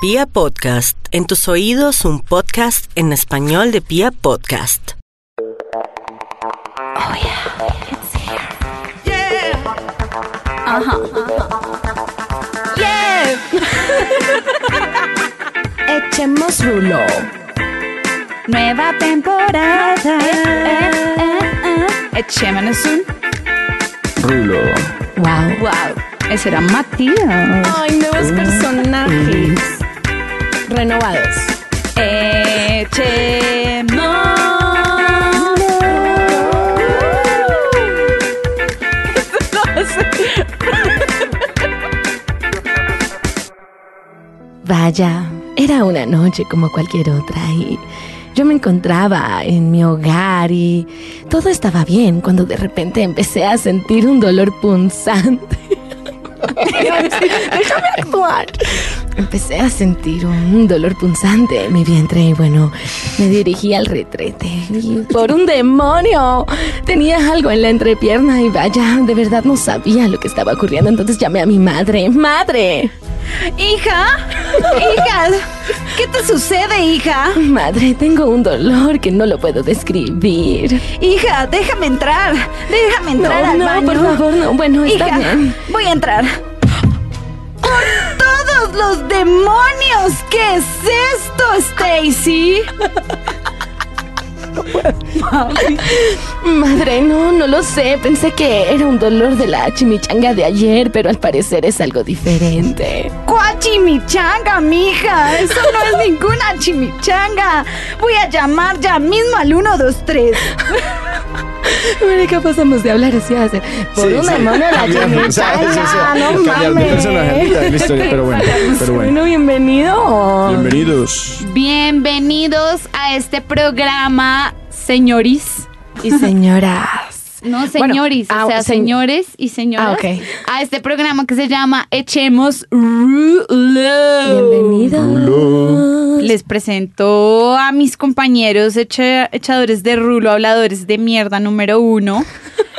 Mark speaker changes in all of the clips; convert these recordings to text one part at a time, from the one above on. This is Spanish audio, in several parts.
Speaker 1: Pia Podcast, en tus oídos un podcast en español de Pia Podcast.
Speaker 2: Oh yeah, it's here. Yeah. Uh huh. Yeah. Echemos rulo. Nueva temporada. eh, Echémonos un
Speaker 3: Rulo.
Speaker 2: wow, wow. Ese era Matías.
Speaker 4: Hay nuevos personajes renovados.
Speaker 2: Mm. Echemos.
Speaker 4: Vaya, era una noche como cualquier otra y yo me encontraba en mi hogar y todo estaba bien cuando de repente empecé a sentir un dolor punzante. Déjame actuar. Empecé a sentir un dolor punzante en mi vientre y bueno, me dirigí al retrete. Y por un demonio, tenía algo en la entrepierna y vaya, de verdad no sabía lo que estaba ocurriendo, entonces llamé a mi madre. ¡Madre!
Speaker 2: Hija, hija, ¿qué te sucede, hija?
Speaker 4: Madre, tengo un dolor que no lo puedo describir.
Speaker 2: Hija, déjame entrar. Déjame entrar
Speaker 4: No,
Speaker 2: al
Speaker 4: no,
Speaker 2: baño.
Speaker 4: por favor, no. Bueno, está
Speaker 2: Hija,
Speaker 4: bien.
Speaker 2: voy a entrar. ¡Por todos los demonios! ¿Qué es esto, Stacy?
Speaker 4: Madre, no, no lo sé. Pensé que era un dolor de la chimichanga de ayer, pero al parecer es algo diferente.
Speaker 2: ¿Cuál chimichanga, mija? Eso no es ninguna chimichanga. Voy a llamar ya mismo al 123.
Speaker 4: Marica, pasamos de hablar así a hacer. Por
Speaker 3: Sí,
Speaker 4: un
Speaker 3: sí.
Speaker 4: demonio la
Speaker 3: Cambiamos, o sea,
Speaker 4: chimichanga,
Speaker 3: sí, sí,
Speaker 4: no
Speaker 3: cambiamos de personaje a mitad de la
Speaker 4: mames.
Speaker 3: historia, pero bueno, pero bueno.
Speaker 4: Bueno, bienvenido.
Speaker 3: Bienvenidos.
Speaker 5: Bienvenidos a este programa, señoris.
Speaker 4: Y señoras.
Speaker 5: No,
Speaker 4: Bueno,
Speaker 5: señoris,
Speaker 4: ah,
Speaker 5: o sea,
Speaker 4: se-
Speaker 5: señores y señoras.
Speaker 4: Ah, ok.
Speaker 5: A este programa que se llama Echemos Rulo.
Speaker 4: Bienvenidos.
Speaker 5: Les presento a mis compañeros eche- echadores de rulo, habladores de mierda número uno,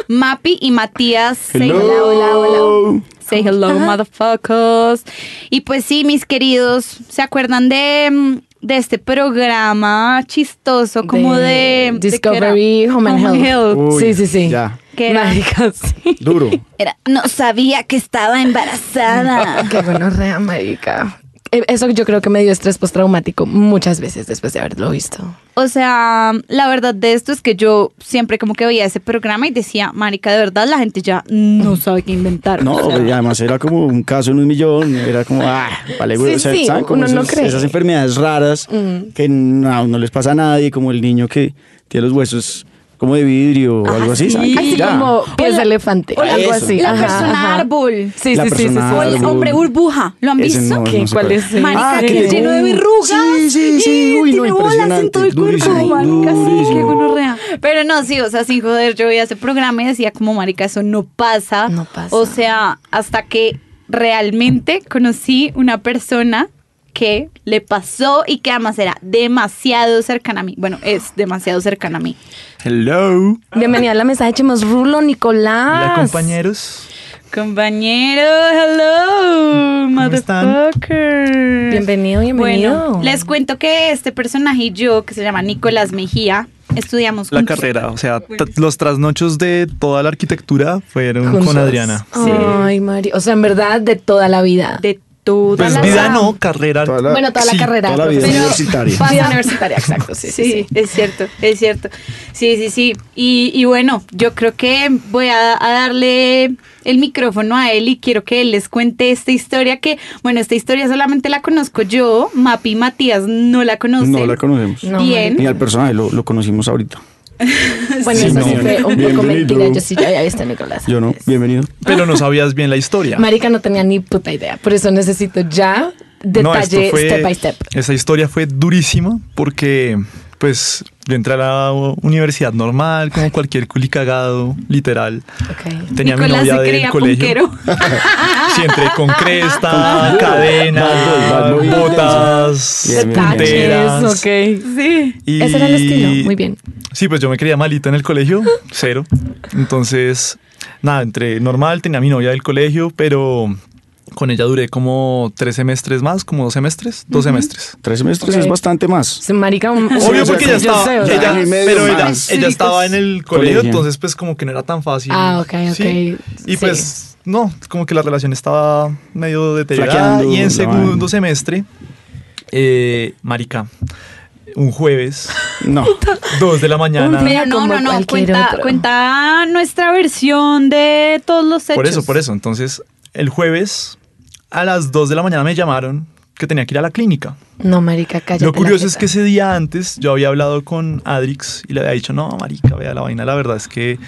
Speaker 5: Mapi y Matías. Say hello. Say hello, motherfuckers. Y pues sí, mis queridos, ¿se acuerdan de, mm, de este programa chistoso como
Speaker 4: De
Speaker 5: de... de
Speaker 4: Discovery
Speaker 5: que era-
Speaker 4: Home and Health.
Speaker 3: Uy,
Speaker 4: sí, sí, sí.
Speaker 3: ya.
Speaker 5: ¿Qué era?
Speaker 4: Marica, sí.
Speaker 3: Duro.
Speaker 5: Era, no sabía que estaba embarazada.
Speaker 4: Qué gonorrea, marica. Eh, Eso yo creo que me dio estrés postraumático muchas veces después de haberlo visto.
Speaker 5: O sea, la verdad de esto es que yo siempre como que veía ese programa y decía, marica, de verdad la gente ya no sabe qué inventar.
Speaker 3: No,
Speaker 5: O sea,
Speaker 3: y además era como un caso en un millón, era como, ah, vale, güey,
Speaker 4: Sí,
Speaker 3: o sea,
Speaker 4: sí,
Speaker 3: ¿saben? Como
Speaker 4: uno no
Speaker 3: esas-
Speaker 4: cree. Mm.
Speaker 3: esas enfermedades raras que no, no les pasa a nadie, como el niño que tiene los huesos como de vidrio o algo así, ¿saben?
Speaker 4: Ah, Así
Speaker 3: Ya.
Speaker 4: como pies de elefante,
Speaker 3: o la-
Speaker 4: algo así.
Speaker 3: la
Speaker 4: Ajá,
Speaker 5: persona
Speaker 4: ajá.
Speaker 5: árbol.
Speaker 4: Sí,
Speaker 3: La
Speaker 4: sí, sí, sí, sí.
Speaker 3: persona
Speaker 5: O el
Speaker 3: árbol.
Speaker 5: hombre burbuja. ¿Lo han
Speaker 3: Ese
Speaker 5: visto?
Speaker 3: no,
Speaker 4: ¿Qué?
Speaker 3: no se
Speaker 4: ¿Cuál
Speaker 3: puede.
Speaker 4: es el?
Speaker 5: Marica,
Speaker 3: Ah,
Speaker 5: que
Speaker 3: tiene-
Speaker 5: es lleno de verrugas.
Speaker 3: Sí, sí, sí.
Speaker 5: y
Speaker 3: Uy, no,
Speaker 5: tiene bolas en
Speaker 3: impresionante.
Speaker 5: todo el cuerpo,
Speaker 3: durísimo,
Speaker 5: marica. Sí, qué
Speaker 3: durísimo.
Speaker 5: gonorrea. Pero no, sí, o sea, sin joder, yo veía ese programa y decía como, marica, eso no pasa.
Speaker 4: No pasa.
Speaker 5: O sea, hasta que realmente conocí una persona que le pasó y que además era demasiado cercana a mí. Bueno, es demasiado cercana a mí.
Speaker 3: Hello.
Speaker 4: Bienvenida a la mesa, echemos rulo, Nicolás.
Speaker 6: Hola compañeros,
Speaker 5: Compañero, hello,
Speaker 6: están?
Speaker 5: motherfuckers.
Speaker 4: Bienvenido, bienvenido.
Speaker 5: Bueno, les cuento que este personaje y yo, que se llama Nicolás Mejía, estudiamos
Speaker 6: la
Speaker 5: juntos.
Speaker 6: carrera, o sea, ta- los trasnochos de toda la arquitectura fueron
Speaker 4: Juntos.
Speaker 6: con Adriana.
Speaker 4: Ay, Mari. O sea, en verdad, de toda la vida.
Speaker 5: de toda
Speaker 6: Pues
Speaker 5: la
Speaker 6: vida no, carrera.
Speaker 3: Toda la-
Speaker 4: bueno, toda la
Speaker 6: Sí,
Speaker 4: carrera.
Speaker 3: toda la vida
Speaker 4: profesor.
Speaker 3: universitaria.
Speaker 4: Vida universitaria, exacto. Sí, sí, sí.
Speaker 5: es cierto, es cierto. Sí, sí, sí. Y, y bueno, yo creo que voy a, a darle el micrófono a él y quiero que él les cuente esta historia que, bueno, esta historia solamente la conozco yo, Mapi y Matías no la conocen.
Speaker 3: No la conocemos.
Speaker 4: No,
Speaker 5: Bien.
Speaker 3: Ni al personaje, lo, lo conocimos ahorita.
Speaker 4: Bueno,
Speaker 3: Sí,
Speaker 4: eso sí
Speaker 3: no.
Speaker 4: fue un poco
Speaker 3: Bienvenido.
Speaker 4: mentira. Yo sí ya había visto a Nicolás.
Speaker 3: Yo no,
Speaker 4: antes.
Speaker 3: bienvenido.
Speaker 6: Pero no sabías bien la historia.
Speaker 4: Marica no tenía ni puta idea. Por eso necesito ya
Speaker 6: No, esto
Speaker 4: detalle
Speaker 6: fue-
Speaker 4: step by step.
Speaker 6: Esa historia fue durísima porque, pues, yo entré a la universidad normal, como cualquier culicagado, literal.
Speaker 4: Ok.
Speaker 6: Tenía
Speaker 5: Nicolás
Speaker 6: mi novia
Speaker 5: se
Speaker 6: del
Speaker 5: creía
Speaker 6: colegio.
Speaker 5: punquero.
Speaker 6: Sí, entré con cresta,
Speaker 3: Bad
Speaker 6: cadena,
Speaker 3: boy, bad boy.
Speaker 6: botas,
Speaker 3: Bien, bien, bien.
Speaker 6: punteras.
Speaker 4: Detalles, ok.
Speaker 5: Sí.
Speaker 6: Y-
Speaker 4: Ese era el estilo, muy bien.
Speaker 6: Sí, pues yo me creía malito en el colegio, cero. Entonces, nada, entre normal, tenía a mi novia del colegio, pero Con ella duré como tres semestres más, como dos semestres, dos semestres.
Speaker 3: Tres semestres
Speaker 4: Ok.
Speaker 3: es bastante más.
Speaker 4: Se marica un...
Speaker 6: Obvio porque ella
Speaker 4: Yo
Speaker 6: estaba,
Speaker 4: sé, o sea,
Speaker 6: ella-
Speaker 3: año y medio
Speaker 6: pero ella,
Speaker 3: más.
Speaker 6: ella estaba en el colegio,
Speaker 3: Colegio.
Speaker 6: entonces pues como que no era tan fácil.
Speaker 4: pues, Ah, ok, ok,
Speaker 6: Sí. Y
Speaker 4: sí.
Speaker 6: pues no, como que la relación estaba medio deteriorada.
Speaker 3: Flaqueando,
Speaker 6: y en
Speaker 3: la
Speaker 6: segundo
Speaker 3: vaina.
Speaker 6: semestre, eh, marica, un jueves,
Speaker 3: No.
Speaker 6: dos de la mañana.
Speaker 4: día.
Speaker 5: Pero no,
Speaker 4: como
Speaker 5: no, no,
Speaker 4: cualquier
Speaker 5: cuenta,
Speaker 4: otro.
Speaker 5: cuenta nuestra versión de todos los hechos.
Speaker 6: Por eso, por eso. Entonces, el jueves a las 2 de la mañana me llamaron que tenía que ir a la clínica.
Speaker 4: No, marica, cállate.
Speaker 6: Lo
Speaker 4: la
Speaker 6: curioso es
Speaker 4: jeta.
Speaker 6: que ese día antes yo había hablado con Adrix y le había dicho, no, marica, vea la vaina, la verdad es que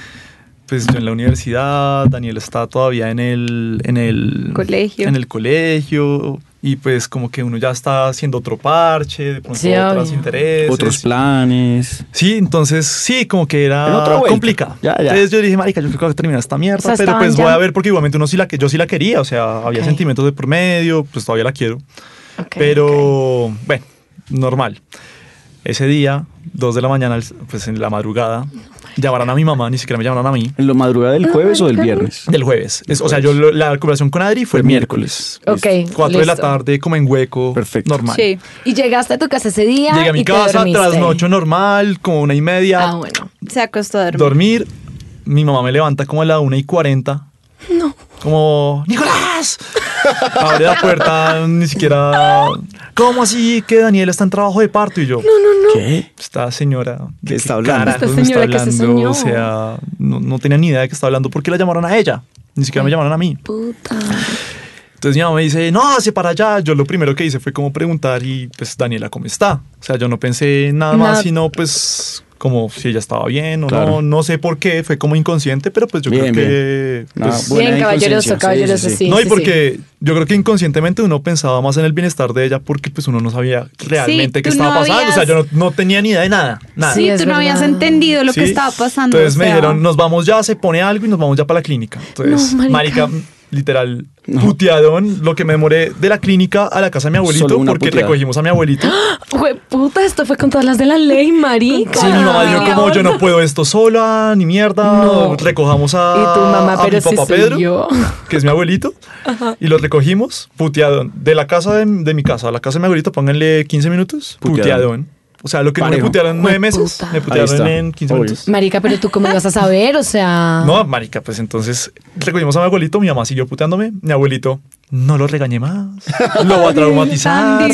Speaker 6: pues yo en la universidad, Daniel está todavía en el, en el
Speaker 5: Colegio.
Speaker 6: En el colegio. Y pues como que uno ya está haciendo otro parche, de pronto
Speaker 4: Sí,
Speaker 6: otros
Speaker 4: obvio.
Speaker 6: intereses.
Speaker 3: Otros planes.
Speaker 6: Sí, entonces sí, como que
Speaker 3: Era otra
Speaker 6: era
Speaker 3: vuelta.
Speaker 6: complicada.
Speaker 3: Ya, ya.
Speaker 6: Entonces yo dije, marica, yo creo que voy a terminar esta mierda,
Speaker 4: O sea,
Speaker 6: pero pues
Speaker 4: estaban
Speaker 6: voy
Speaker 4: ya-
Speaker 6: a ver porque igualmente uno sí la que yo sí la quería, o sea, había
Speaker 4: Ok.
Speaker 6: sentimientos de por medio, pues todavía la quiero,
Speaker 4: Ok,
Speaker 6: pero
Speaker 4: ok.
Speaker 6: bueno, normal. Ese día, 2 de la mañana, pues en la madrugada, llamaron a mi mamá, ni siquiera me llamaron a mí,
Speaker 3: ¿En la madrugada del jueves o del viernes?
Speaker 6: del jueves. Es- o sea, yo lo- la conversación con Adri fue el miércoles.
Speaker 4: Ok,
Speaker 6: 4 de la
Speaker 4: listo.
Speaker 6: tarde, como en hueco,
Speaker 3: Perfecto.
Speaker 6: normal.
Speaker 5: Sí.
Speaker 4: Y llegaste a tu casa ese día
Speaker 6: Llegué a mi
Speaker 4: y te
Speaker 6: casa,
Speaker 4: dormiste.
Speaker 6: trasnocho normal, como una y media,
Speaker 4: Ah, bueno.
Speaker 5: Se acostó a dormir.
Speaker 6: dormir. Mi mamá me levanta como a la 1 y 40. No. Como, ¡Nicolás! Abre la puerta, ni siquiera. ¿Cómo así que Daniel está en trabajo de parto? Y yo,
Speaker 3: ¿Qué?
Speaker 6: esta señora.
Speaker 3: ¿Qué
Speaker 6: ¿de
Speaker 3: está hablando?
Speaker 6: carajos
Speaker 4: Esta
Speaker 6: me está
Speaker 4: señora que se
Speaker 6: hablando?
Speaker 4: soñó.
Speaker 6: O sea, no, no tenía ni idea de que estaba hablando. ¿Por qué la llamaron a ella? Ni siquiera me llamaron a mí.
Speaker 4: Puta.
Speaker 6: Entonces mi mamá me dice, no, hace para allá. Yo lo primero que hice fue como preguntar y pues, Daniela, ¿cómo está? O sea, yo no pensé nada más,
Speaker 4: Nada.
Speaker 6: sino pues como si ella estaba bien o
Speaker 3: Claro.
Speaker 6: no. No sé por qué, fue como inconsciente, pero pues yo
Speaker 3: Bien,
Speaker 6: creo que...
Speaker 3: No,
Speaker 6: pues,
Speaker 3: buena
Speaker 4: Bien, caballeroso,
Speaker 3: inconsciencia. Sí,
Speaker 4: caballeroso, sí.
Speaker 6: no, y
Speaker 4: sí.
Speaker 6: porque yo creo que inconscientemente uno pensaba más en el bienestar de ella porque pues uno no sabía realmente
Speaker 5: Sí,
Speaker 6: qué
Speaker 5: tú
Speaker 6: estaba
Speaker 5: no
Speaker 6: pasando. O sea,
Speaker 5: habías-
Speaker 6: yo no, no tenía ni idea de nada, nada.
Speaker 5: Sí,
Speaker 4: Sí, es
Speaker 5: tú no habías
Speaker 4: verdad.
Speaker 5: entendido lo que
Speaker 6: Sí.
Speaker 5: estaba pasando.
Speaker 6: Entonces
Speaker 5: o
Speaker 6: me
Speaker 5: sea,
Speaker 6: dijeron, nos vamos ya, se pone algo y nos vamos ya para la clínica. Entonces,
Speaker 4: No, marica.
Speaker 6: marica. literal, puteadón, lo que me demoré de la clínica a la casa de mi
Speaker 3: Solo
Speaker 6: abuelito
Speaker 3: una
Speaker 6: porque
Speaker 3: puteada.
Speaker 6: recogimos a mi abuelito.
Speaker 4: Jue- puta, esto fue con todas las de la ley, marica.
Speaker 6: Sí, mi mamá dijo
Speaker 4: Ay,
Speaker 6: como, yo no puedo esto sola, ni mierda,
Speaker 4: No.
Speaker 6: recojamos a,
Speaker 4: Y tu mamá,
Speaker 6: a
Speaker 4: pero
Speaker 6: mi
Speaker 4: si
Speaker 6: papá
Speaker 4: soy
Speaker 6: Pedro,
Speaker 4: yo.
Speaker 6: que es mi abuelito, y los recogimos, puteadón, de la casa de, de mi casa a la casa de mi abuelito, pónganle 15 minutos,
Speaker 3: Puteadón.
Speaker 6: puteadón. O sea, lo que no me
Speaker 3: Parejo.
Speaker 6: putearon en nueve meses,
Speaker 4: Jueputa.
Speaker 6: me
Speaker 3: Ahí
Speaker 6: putearon
Speaker 3: está.
Speaker 6: en 15
Speaker 3: Obvio.
Speaker 6: minutos.
Speaker 4: Marica, pero tú cómo ibas a saber, o
Speaker 5: Ah.
Speaker 4: sea.
Speaker 6: No, marica, pues entonces recogimos a mi abuelito, mi mamá siguió puteándome, mi abuelito no lo regañé más, lo va a
Speaker 5: Tan
Speaker 6: traumatizar.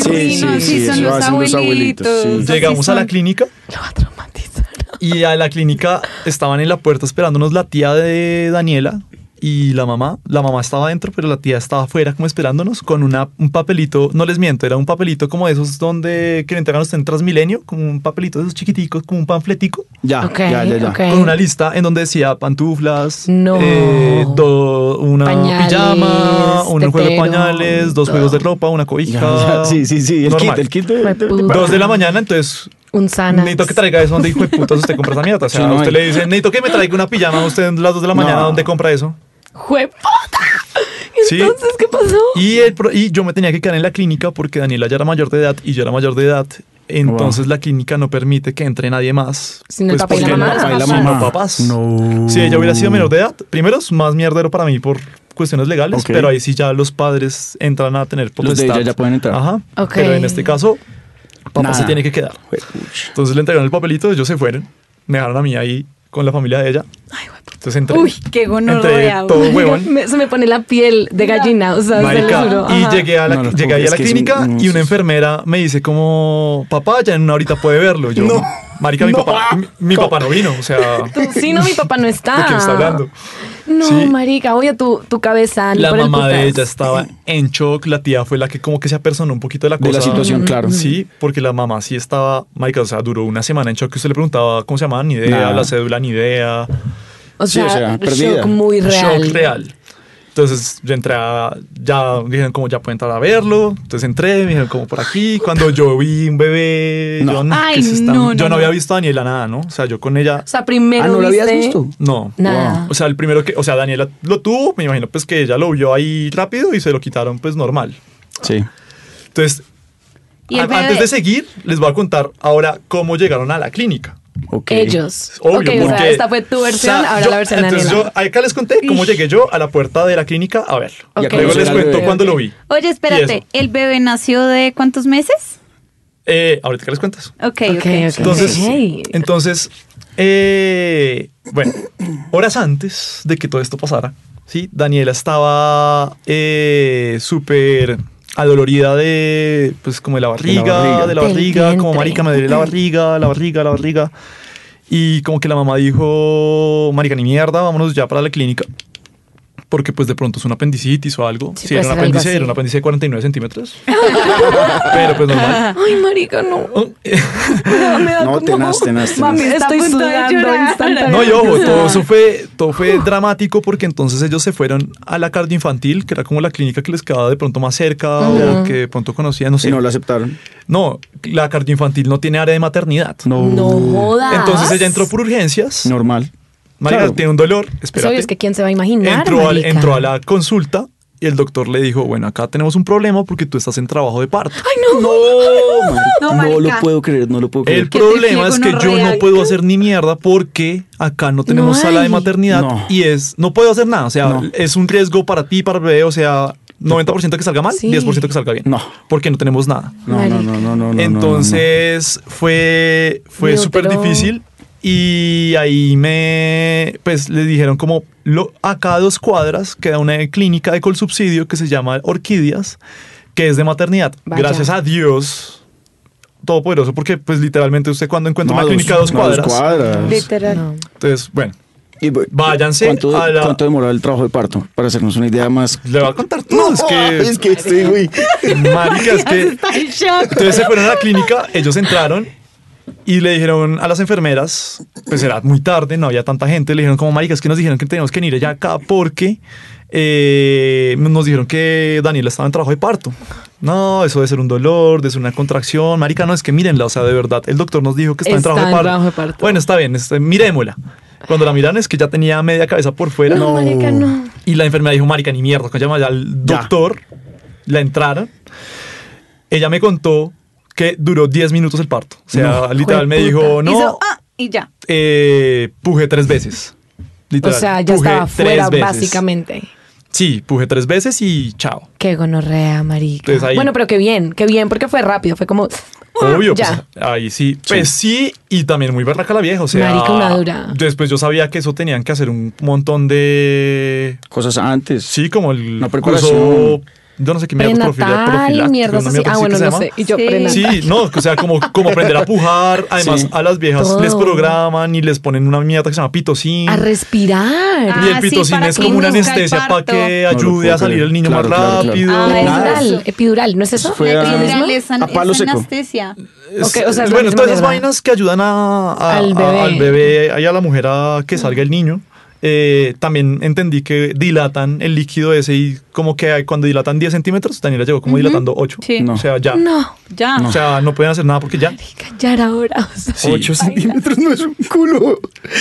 Speaker 5: divino,
Speaker 3: Ah, Sí, sí,
Speaker 5: así
Speaker 3: sí,
Speaker 5: son
Speaker 3: eso
Speaker 5: los
Speaker 3: hacen los abuelitos,
Speaker 5: abuelitos.
Speaker 3: sí.
Speaker 5: así
Speaker 6: Llegamos a la
Speaker 5: son.
Speaker 6: clínica
Speaker 4: Lo va a traumatizar.
Speaker 6: y a la clínica estaban en la puerta esperándonos la tía de Daniela y la mamá. La mamá estaba adentro, pero la tía estaba afuera como esperándonos con una, un papelito, no les miento, era un papelito como de esos donde que le entregan a usted en Transmilenio, como un papelito de esos chiquiticos, como un panfletico.
Speaker 3: Ya,
Speaker 4: Ok,
Speaker 3: ya, ya, ya.
Speaker 4: ok.
Speaker 6: Con una lista en donde decía pantuflas,
Speaker 4: Eh. No.
Speaker 6: eh, do- una
Speaker 4: Pañales,
Speaker 6: pijama, un juego de
Speaker 4: tetero,
Speaker 6: pañales, dos
Speaker 4: todo.
Speaker 6: juegos de ropa, una
Speaker 3: Ya,
Speaker 6: cobija.
Speaker 3: ya, sí, sí, sí. El
Speaker 6: normal.
Speaker 3: kit, el kit.
Speaker 4: Fue
Speaker 3: de-
Speaker 4: puta.
Speaker 6: Dos de la mañana, entonces
Speaker 4: Un sana.
Speaker 6: Necesito que traiga eso donde hijo de putas usted compra esa mierda. O sea,
Speaker 3: Sí, no
Speaker 6: usted
Speaker 3: hay.
Speaker 6: le dice, necesito que me traiga una pijama a usted a las 2 de la
Speaker 3: No.
Speaker 6: mañana, ¿dónde compra eso?
Speaker 4: ¡Jueputa!
Speaker 6: Sí.
Speaker 4: Entonces, ¿qué pasó?
Speaker 6: Y, el pro- y yo me tenía que quedar en la clínica porque Daniela ya era mayor de edad y yo era mayor de edad. Entonces la clínica no permite que entre nadie más. Pues,
Speaker 4: Sin el papá y la
Speaker 6: porque no,
Speaker 4: mamá.
Speaker 6: papá y la
Speaker 3: Sin el
Speaker 6: mamá.
Speaker 3: papá.
Speaker 6: papás.
Speaker 3: No.
Speaker 6: Si ella hubiera sido menor de edad, primero es más mierdero para mí por cuestiones legales,
Speaker 3: Ok.
Speaker 6: pero ahí sí ya los padres entran a tener
Speaker 3: Los de
Speaker 6: potestad.
Speaker 3: ella ya pueden entrar.
Speaker 6: Ajá.
Speaker 4: Ok.
Speaker 6: Pero en este caso, papá
Speaker 3: Nada.
Speaker 6: se tiene que quedar.
Speaker 3: Ah, Juepucha.
Speaker 6: Entonces le entregaron el papelito, ellos se fueron. Me dejaron a mí ahí con la familia de ella. Entonces entré.
Speaker 5: Uy, qué
Speaker 6: entré
Speaker 5: gonorrea.
Speaker 6: todo
Speaker 4: Marica,
Speaker 6: huevón.
Speaker 4: me- se me pone la piel de gallina, o sea, se lo
Speaker 6: Marica,
Speaker 4: juro.
Speaker 6: y
Speaker 4: Ajá.
Speaker 6: llegué, a la,
Speaker 3: No, no,
Speaker 6: llegué ahí
Speaker 3: es
Speaker 6: a la
Speaker 3: que es
Speaker 6: clínica
Speaker 3: un-
Speaker 6: y una enfermera me dice como, papá, ya en una horita puede verlo. Yo, marica, mi,
Speaker 3: No.
Speaker 6: papá, mi, mi papá no vino, o sea, ¿de
Speaker 4: Tú- sí, no, mi papá no está.
Speaker 6: qué me está hablando?
Speaker 4: No,
Speaker 6: Sí.
Speaker 4: marica, oye, tu, tu cabeza. ni
Speaker 6: La
Speaker 4: por el
Speaker 6: mamá de
Speaker 4: putas.
Speaker 6: ella estaba en shock, la tía fue la que como que se apersonó un poquito de la cosa.
Speaker 3: De la situación, claro.
Speaker 6: Sí, porque la mamá sí estaba, marica, o sea, duró una semana en shock. Usted le preguntaba cómo se llamaba, ni idea,
Speaker 3: Nada.
Speaker 6: la cédula, ni idea.
Speaker 4: O
Speaker 3: Sí,
Speaker 4: sea,
Speaker 3: o sea, perdida.
Speaker 4: shock muy real.
Speaker 6: Shock real. Entonces yo entré a, ya dijeron como ya pueden entrar a verlo. Entonces entré, me dijeron como por aquí. Cuando yo vi un bebé,
Speaker 3: No.
Speaker 6: yo, no,
Speaker 5: Ay,
Speaker 6: ¿qué es esta-
Speaker 5: no, no,
Speaker 6: yo no,
Speaker 5: no.
Speaker 6: había visto a Daniela nada, ¿no? O sea, yo con ella,
Speaker 4: O sea, primero.
Speaker 3: Ah, ¿no lo habías
Speaker 4: viste-
Speaker 3: visto?
Speaker 6: no.
Speaker 4: Nada.
Speaker 6: O sea, el primero que, o sea, Daniela lo tuvo, me imagino pues que ella lo vio ahí rápido y se lo quitaron pues normal.
Speaker 3: Sí.
Speaker 6: Entonces,
Speaker 5: ¿Y el
Speaker 6: a-
Speaker 5: bebé?
Speaker 6: antes de seguir, les voy a contar ahora cómo llegaron a la clínica.
Speaker 3: Ok.
Speaker 4: Ellos.
Speaker 6: Obvio,
Speaker 4: ok, o sea,
Speaker 6: porque-
Speaker 4: esta fue tu versión,
Speaker 6: O sea,
Speaker 4: ahora
Speaker 6: yo-
Speaker 4: la versión de
Speaker 6: Entonces
Speaker 4: Daniela.
Speaker 6: yo acá les conté cómo llegué yo a la puerta de la clínica a verlo.
Speaker 4: Ok.
Speaker 6: Y luego les
Speaker 3: Ok,
Speaker 6: cuento
Speaker 3: ok.
Speaker 6: cuándo lo vi.
Speaker 5: Oye,
Speaker 6: Y eso.
Speaker 5: espérate, ¿el bebé nació de cuántos meses?
Speaker 6: Eh, ahorita que les cuentas.
Speaker 5: Ok, ok.
Speaker 4: Ok, ok.
Speaker 6: Entonces,
Speaker 4: Ok.
Speaker 6: entonces eh, bueno, horas antes de que todo esto pasara, ¿sí? Daniela estaba eh, súper adolorida de, pues, como de la barriga, de la barriga,
Speaker 3: barriga.
Speaker 4: Del
Speaker 6: como
Speaker 4: vientre.
Speaker 6: marica, me duele la barriga, la barriga, la barriga. Y como que la mamá dijo, marica, ni mierda, vámonos ya para la clínica. Porque pues de pronto es una apendicitis o algo.
Speaker 4: Sí,
Speaker 6: si
Speaker 4: puede
Speaker 6: era un
Speaker 4: ser algo
Speaker 6: apéndice,
Speaker 4: así.
Speaker 6: era un apéndice de 49 centímetros. Pero pues normal. Oh, eh,
Speaker 4: Ay, marica, no. Me da
Speaker 3: No,
Speaker 4: como-
Speaker 3: tenaz, tenaz, tenaz.
Speaker 4: Mami,
Speaker 2: Está
Speaker 4: estoy
Speaker 2: a punto de
Speaker 4: sudando
Speaker 2: llorar.
Speaker 4: instantáneamente.
Speaker 6: No, y ojo, todo eso fue, todo fue dramático porque entonces ellos se fueron a la cardioinfantil, que era como la clínica que les quedaba de pronto más cerca o que de pronto conocían, no sé.
Speaker 3: Si no lo aceptaron.
Speaker 6: No, la cardioinfantil no tiene área de maternidad.
Speaker 4: No jodas.
Speaker 6: Entonces ella entró por urgencias.
Speaker 3: Normal.
Speaker 6: Marica,
Speaker 3: Claro.
Speaker 6: tiene un dolor.
Speaker 4: Pues
Speaker 6: Espérate.
Speaker 4: obvio, es que quién se va a imaginar,
Speaker 6: entró, al-
Speaker 4: marica?
Speaker 6: entró a la consulta y el doctor le dijo, bueno, acá tenemos un problema porque tú estás en trabajo de parto.
Speaker 3: No,
Speaker 5: No,
Speaker 3: no, no lo
Speaker 5: marica.
Speaker 3: puedo creer, no lo puedo creer.
Speaker 6: El problema
Speaker 5: te
Speaker 6: es
Speaker 5: llegue
Speaker 6: que yo no
Speaker 5: gonorrea.
Speaker 6: puedo hacer ni mierda porque acá no tenemos
Speaker 4: No
Speaker 6: sala de
Speaker 4: hay.
Speaker 6: maternidad
Speaker 3: No.
Speaker 6: y es no puedo hacer nada, o sea,
Speaker 3: No.
Speaker 6: es un riesgo para ti, para el bebé, o sea, 90% que salga mal,
Speaker 4: Sí.
Speaker 6: 10% que salga bien.
Speaker 3: No.
Speaker 6: Porque no tenemos nada.
Speaker 3: No, no, no, no, no, no.
Speaker 6: Entonces fue fue
Speaker 4: Mi
Speaker 6: súper
Speaker 4: útero.
Speaker 6: difícil y ahí me pues les dijeron como lo, acá a dos cuadras queda una clínica de colsubsidio que se llama Orquídeas que es de maternidad.
Speaker 4: Vaya.
Speaker 6: Gracias a Dios todopoderoso porque pues literalmente usted cuando
Speaker 3: no,
Speaker 6: encuentra
Speaker 3: no.
Speaker 6: una
Speaker 3: No,
Speaker 6: clínica a dos
Speaker 3: no,
Speaker 6: cuadras,
Speaker 3: cuadras.
Speaker 4: No.
Speaker 6: entonces bueno
Speaker 3: Y, bu-
Speaker 6: Váyanse
Speaker 3: ¿Cuánto,
Speaker 6: a la-
Speaker 3: ¿Cuánto demoró el trabajo de parto? Para hacernos una idea más.
Speaker 6: le voy a contar todo es que
Speaker 3: es que estoy, güey.
Speaker 6: marica, es que Entonces se fueron a la clínica, ellos entraron y le dijeron a las enfermeras, pues era muy tarde, no había tanta gente, le dijeron como marica, es que nos dijeron que teníamos que venir ya acá porque eh, nos dijeron que Daniela estaba en trabajo de parto. No, eso debe ser un dolor, debe ser una contracción. Marica, no, es que mírenla, o sea, de verdad, el doctor nos dijo que está, en,
Speaker 4: Está
Speaker 6: trabajo de
Speaker 4: en
Speaker 6: parto.
Speaker 4: trabajo de parto.
Speaker 6: Bueno, está bien, este, mirémosla. Cuando la miran es que ya tenía media cabeza por fuera.
Speaker 4: No, marica, no.
Speaker 6: Y la enfermera dijo, marica, ni mierda, que llama ya al
Speaker 3: Ya.
Speaker 6: doctor. La entraron. Ella me contó que duró 10 minutos el parto. O sea, literal me dijo, no,
Speaker 5: Hizo, ah, y ya.
Speaker 6: eh, puje tres veces.
Speaker 4: O
Speaker 6: Literal,
Speaker 4: sea, ya
Speaker 6: puje
Speaker 4: estaba
Speaker 6: tres
Speaker 4: fuera,
Speaker 6: veces.
Speaker 4: básicamente.
Speaker 6: Sí, puje tres veces y chao.
Speaker 4: Qué gonorrea, marica.
Speaker 6: Entonces ahí-
Speaker 4: Bueno, pero qué bien, qué bien, porque fue rápido. Fue como.
Speaker 6: Obvio,
Speaker 4: Ah, Ya.
Speaker 6: pues ahí sí. Pues sí, y también muy barraca la vieja, o sea.
Speaker 4: Marica, una dura.
Speaker 6: Después yo sabía que eso tenían que hacer un montón de...
Speaker 3: Cosas antes.
Speaker 6: Sí, como el
Speaker 3: Una preparación.
Speaker 6: curso... Yo no sé qué mierda, profila-
Speaker 4: Prenatal,
Speaker 6: profiláctico,
Speaker 4: mierdas
Speaker 6: una
Speaker 4: así.
Speaker 6: mierda
Speaker 4: Ah,
Speaker 6: que
Speaker 4: bueno,
Speaker 6: se
Speaker 4: no
Speaker 6: llama.
Speaker 4: sé. Y yo
Speaker 5: Sí.
Speaker 4: prenatal.
Speaker 6: Sí, no, o sea, como, como aprender a pujar. Además,
Speaker 3: Sí.
Speaker 6: a las viejas
Speaker 4: Todo.
Speaker 6: les programan y les ponen una mierda que se llama pitocin.
Speaker 4: A respirar.
Speaker 5: Ah,
Speaker 6: y el
Speaker 5: sí,
Speaker 6: pitocin
Speaker 5: para
Speaker 6: es
Speaker 5: que
Speaker 6: como una
Speaker 5: induzca el
Speaker 6: anestesia para
Speaker 5: parto.
Speaker 6: que
Speaker 3: No lo
Speaker 6: ayude
Speaker 3: puedo
Speaker 6: a salir
Speaker 3: creer.
Speaker 6: el niño
Speaker 3: Claro,
Speaker 6: más
Speaker 3: claro, claro.
Speaker 6: rápido.
Speaker 4: Ah,
Speaker 3: Nada.
Speaker 4: epidural, epidural, ¿no es eso?
Speaker 3: Fue
Speaker 4: ¿Es
Speaker 3: a-
Speaker 4: lo mismo?
Speaker 5: Epidural es an-
Speaker 3: a palo
Speaker 5: es
Speaker 3: seco.
Speaker 5: anestesia.
Speaker 4: Ok, o
Speaker 6: Es-
Speaker 4: sea, es la
Speaker 6: bueno,
Speaker 4: misma
Speaker 6: todas esas
Speaker 4: mierda.
Speaker 6: vainas que ayudan a, a-
Speaker 4: Al
Speaker 6: a-
Speaker 4: bebé.
Speaker 6: al bebé y a la mujer a que salga el niño. eh, también entendí que dilatan el líquido ese y como que cuando dilatan 10 centímetros, Daniela llegó como dilatando 8.
Speaker 5: Sí.
Speaker 3: No.
Speaker 6: O sea, ya.
Speaker 4: No,
Speaker 5: Ya.
Speaker 6: O sea, no pueden hacer nada porque ya.
Speaker 4: callar ahora. o sea,
Speaker 6: Sí.
Speaker 3: 8 centímetros no es un culo.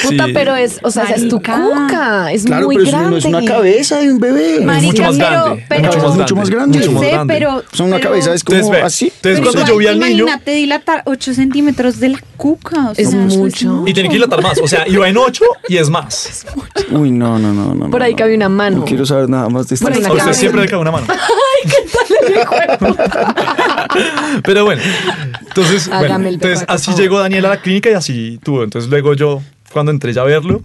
Speaker 4: Puta,
Speaker 6: Sí.
Speaker 4: pero es, o sea, esa es tu
Speaker 5: Marica.
Speaker 4: cuca. Es
Speaker 3: Claro,
Speaker 4: muy
Speaker 3: pero eso
Speaker 4: grande.
Speaker 3: no es una cabeza de un bebé.
Speaker 5: Marica,
Speaker 6: mucho más
Speaker 5: pero-
Speaker 6: grande,
Speaker 5: pero-
Speaker 6: mucho más grande.
Speaker 3: Mucho más grande.
Speaker 6: mucho más
Speaker 5: sé,
Speaker 6: grande.
Speaker 5: pero.
Speaker 3: O sea, una
Speaker 5: pero-
Speaker 3: cabeza es como
Speaker 6: Entonces, ve,
Speaker 3: así.
Speaker 6: entonces
Speaker 5: pero
Speaker 6: cuando yo vi al
Speaker 5: igual,
Speaker 6: niño-
Speaker 5: Imagínate dilatar 8 centímetros de la cuca. o
Speaker 4: Es
Speaker 5: sea,
Speaker 4: mucho.
Speaker 6: Y tiene que dilatar más. O sea, iba en 8 y es más.
Speaker 3: Uy, no, no, no, no.
Speaker 4: Por
Speaker 3: no,
Speaker 4: ahí
Speaker 3: no.
Speaker 4: cabe una mano.
Speaker 3: No quiero saber nada más de esta
Speaker 4: Por ahí
Speaker 6: A
Speaker 3: historia.
Speaker 6: usted
Speaker 4: cabe-
Speaker 6: siempre le cabe una mano. Pero bueno, entonces, bueno,
Speaker 4: Hágame el
Speaker 6: entonces
Speaker 4: berraco,
Speaker 6: así
Speaker 4: por favor.
Speaker 6: llegó Daniel a la clínica y así tuvo. Entonces luego yo, cuando entré ya a verlo,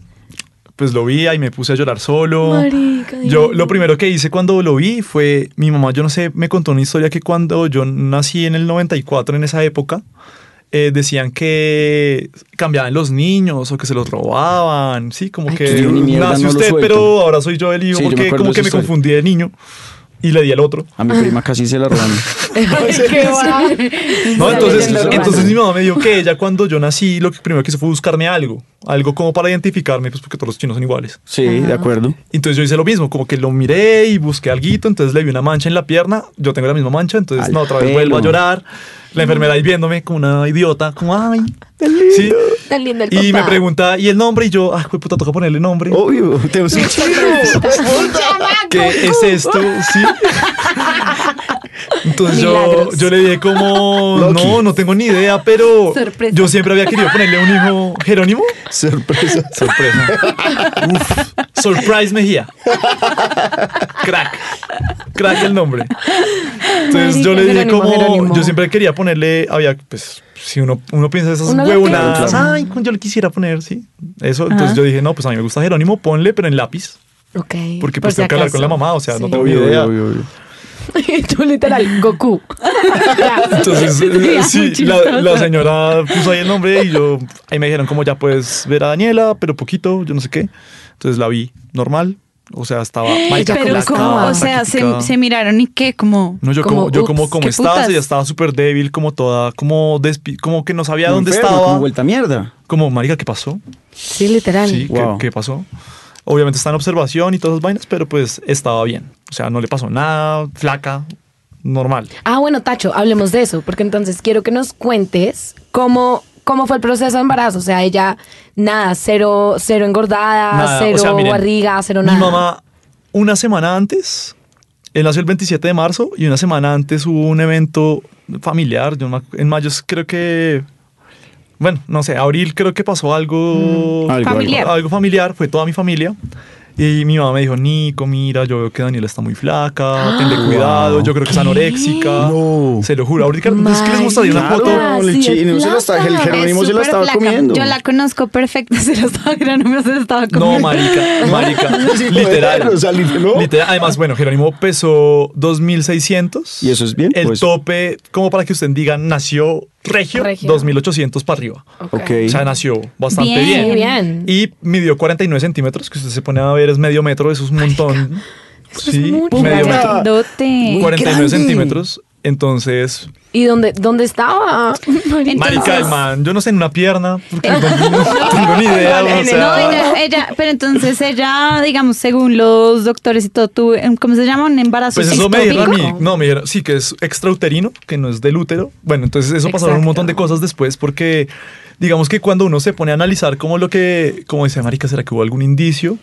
Speaker 6: pues lo vi y me puse a llorar solo.
Speaker 4: Marica,
Speaker 6: Yo lo primero que hice cuando lo vi fue, mi mamá, yo no sé, me contó una historia que cuando yo nací en el 94, en esa época, eh, decían que cambiaban los niños o que se los robaban, sí, como
Speaker 4: Ay,
Speaker 6: que
Speaker 3: qué- Yo ni mierda,
Speaker 6: nace
Speaker 3: no lo
Speaker 6: usted,
Speaker 3: suelto".
Speaker 6: pero ahora soy yo el hijo,
Speaker 3: Sí, yo me
Speaker 6: porque
Speaker 3: acuerdo
Speaker 6: como
Speaker 3: de
Speaker 6: que
Speaker 3: esa
Speaker 6: me
Speaker 3: historia.
Speaker 6: confundí de niño y le di al otro.
Speaker 3: A mi prima casi se la roban.
Speaker 4: Qué va.
Speaker 6: No,
Speaker 4: Esa
Speaker 6: entonces,
Speaker 4: leyenda urbana.
Speaker 6: entonces mi mamá me dijo que ella cuando yo nací, lo que primero que hizo fue buscarme algo, algo como para identificarme, pues porque todos los chinos son iguales.
Speaker 3: Sí, de acuerdo.
Speaker 6: Entonces yo hice lo mismo, como que lo miré y busqué alguito, entonces le vi una mancha en la pierna, yo tengo la misma mancha, entonces
Speaker 3: Al
Speaker 6: no, otra vez
Speaker 3: pelo.
Speaker 6: vuelvo a llorar. La enfermera ahí viéndome como una idiota, como ay, sí.
Speaker 4: Tan lindo el
Speaker 6: Y me
Speaker 4: papá.
Speaker 6: pregunta, ¿y el nombre? Y yo, ay, pues puta, toca ponerle nombre.
Speaker 3: Obvio, tengo un chino.
Speaker 6: ¿Qué es esto? Sí. Entonces yo,
Speaker 4: Milagros.
Speaker 6: yo le dije como, no, no tengo ni idea, pero
Speaker 5: Sorpresa.
Speaker 6: yo siempre había querido ponerle un hijo Jerónimo.
Speaker 3: Sorpresa.
Speaker 6: Sorpresa. Uf. Surprise Mejía. Crack. Crack el nombre. Entonces
Speaker 4: Marica,
Speaker 6: yo le dije
Speaker 4: Jerónimo,
Speaker 6: como,
Speaker 4: Jerónimo.
Speaker 6: yo siempre quería ponerle, había, pues, si uno, uno piensa esas
Speaker 4: Uno lo
Speaker 6: huevonadas,
Speaker 4: piensa.
Speaker 6: ay, yo le quisiera poner, sí. Eso, entonces yo dije, no, pues a mí me gusta Jerónimo, ponle, pero en lápiz.
Speaker 4: Ok.
Speaker 6: Porque
Speaker 4: por
Speaker 6: pues tengo que hablar
Speaker 4: acaso.
Speaker 6: con la mamá, o sea, no
Speaker 4: Sí.
Speaker 6: tengo ni idea.
Speaker 4: Tú literal, Goku.
Speaker 6: Entonces, eh,
Speaker 4: Sería muy
Speaker 6: sí, la, la señora puso ahí el nombre y yo, ahí me dijeron como ya puedes ver a Daniela, pero poquito, yo no sé qué. Entonces la vi normal, o sea, estaba... marica,
Speaker 4: pero
Speaker 6: flaca,
Speaker 4: ¿cómo?
Speaker 5: O sea,
Speaker 6: flaquitica.
Speaker 5: se, se miraron y qué, como...
Speaker 6: No, yo
Speaker 4: como,
Speaker 6: como, yo como,
Speaker 4: ups,
Speaker 6: como
Speaker 4: ¿qué
Speaker 6: estaba,
Speaker 4: putas?
Speaker 6: ella estaba súper débil, como toda, como despi- como que no sabía dónde
Speaker 3: Como
Speaker 6: estaba.
Speaker 3: vuelta mierda.
Speaker 6: Como, marica, ¿qué pasó?
Speaker 4: Sí, literal.
Speaker 6: Sí, ¿qué-
Speaker 3: Wow.
Speaker 6: ¿qué, pasó? Obviamente está en observación y todas esas vainas, pero pues estaba bien. O sea, no le pasó nada, flaca, normal.
Speaker 4: Ah, bueno, Tacho, hablemos de eso, porque entonces quiero que nos cuentes cómo, cómo fue el proceso de embarazo. O sea, ella, nada, cero, cero engordada,
Speaker 6: Nada,
Speaker 4: cero
Speaker 6: o sea, miren,
Speaker 4: barriga, cero nada.
Speaker 6: Mi mamá, una semana antes, él nació el 27 de marzo y una semana antes hubo un evento familiar. yo no me acu- en mayo es- creo que. Bueno, no sé, abril creo que pasó algo,
Speaker 3: Mm, algo,
Speaker 5: Familiar. algo.
Speaker 6: algo familiar, fue toda mi familia. Y mi mamá me dijo, Nico, mira, yo veo que Daniela está muy flaca, tenle cuidado, yo creo que es anoréxica.
Speaker 3: No.
Speaker 6: Se lo juro, ahorita es que les mostraría una
Speaker 3: Claro,
Speaker 6: foto.
Speaker 3: el
Speaker 4: Ah, sí,
Speaker 3: chino se lo
Speaker 4: plata.
Speaker 3: está, el Jerónimo
Speaker 5: Es
Speaker 3: se lo
Speaker 5: súper
Speaker 3: estaba
Speaker 5: flaca.
Speaker 3: comiendo.
Speaker 5: Yo la conozco perfecta, se la estaba mirando, me se la estaba comiendo.
Speaker 6: No, marica, marica,
Speaker 3: Sí,
Speaker 6: literal.
Speaker 3: o sea, literal, ¿no?
Speaker 6: Literal, Además, bueno, Jerónimo pesó 2.600.
Speaker 3: Y eso es bien,
Speaker 6: El
Speaker 3: pues.
Speaker 6: tope, como para que ustedes digan, nació regio,
Speaker 4: Regio.
Speaker 6: 2.800 para arriba.
Speaker 3: Ok.
Speaker 6: O sea, nació bastante
Speaker 5: Bien.
Speaker 6: bien.
Speaker 4: Muy bien.
Speaker 6: Y midió 49 centímetros, que usted se pone a ver, es medio metro, eso es un montón.
Speaker 4: Eso es mucho.
Speaker 6: medio
Speaker 3: Puta.
Speaker 6: metro.
Speaker 5: Grandote.
Speaker 3: Muy
Speaker 6: 49
Speaker 3: grande.
Speaker 6: centímetros. Entonces,
Speaker 4: ¿Y dónde, dónde estaba?
Speaker 6: marica, el man, yo no sé, en una pierna, porque no, no tengo ni idea.
Speaker 5: No,
Speaker 6: o sea,
Speaker 5: ella, ella- pero entonces ella, digamos, según los doctores y todo, tuvo, em, ¿cómo se llama? Un embarazo
Speaker 6: Pues eso me dijeron a
Speaker 5: ectópico.
Speaker 6: mí. No, me dijeron, sí, que es extrauterino, que no es del útero. Bueno, entonces eso pasaron un
Speaker 4: Exacto.
Speaker 6: montón de cosas después porque digamos que cuando uno se pone a analizar como lo que, como dice Marica, ¿será que hubo algún indicio?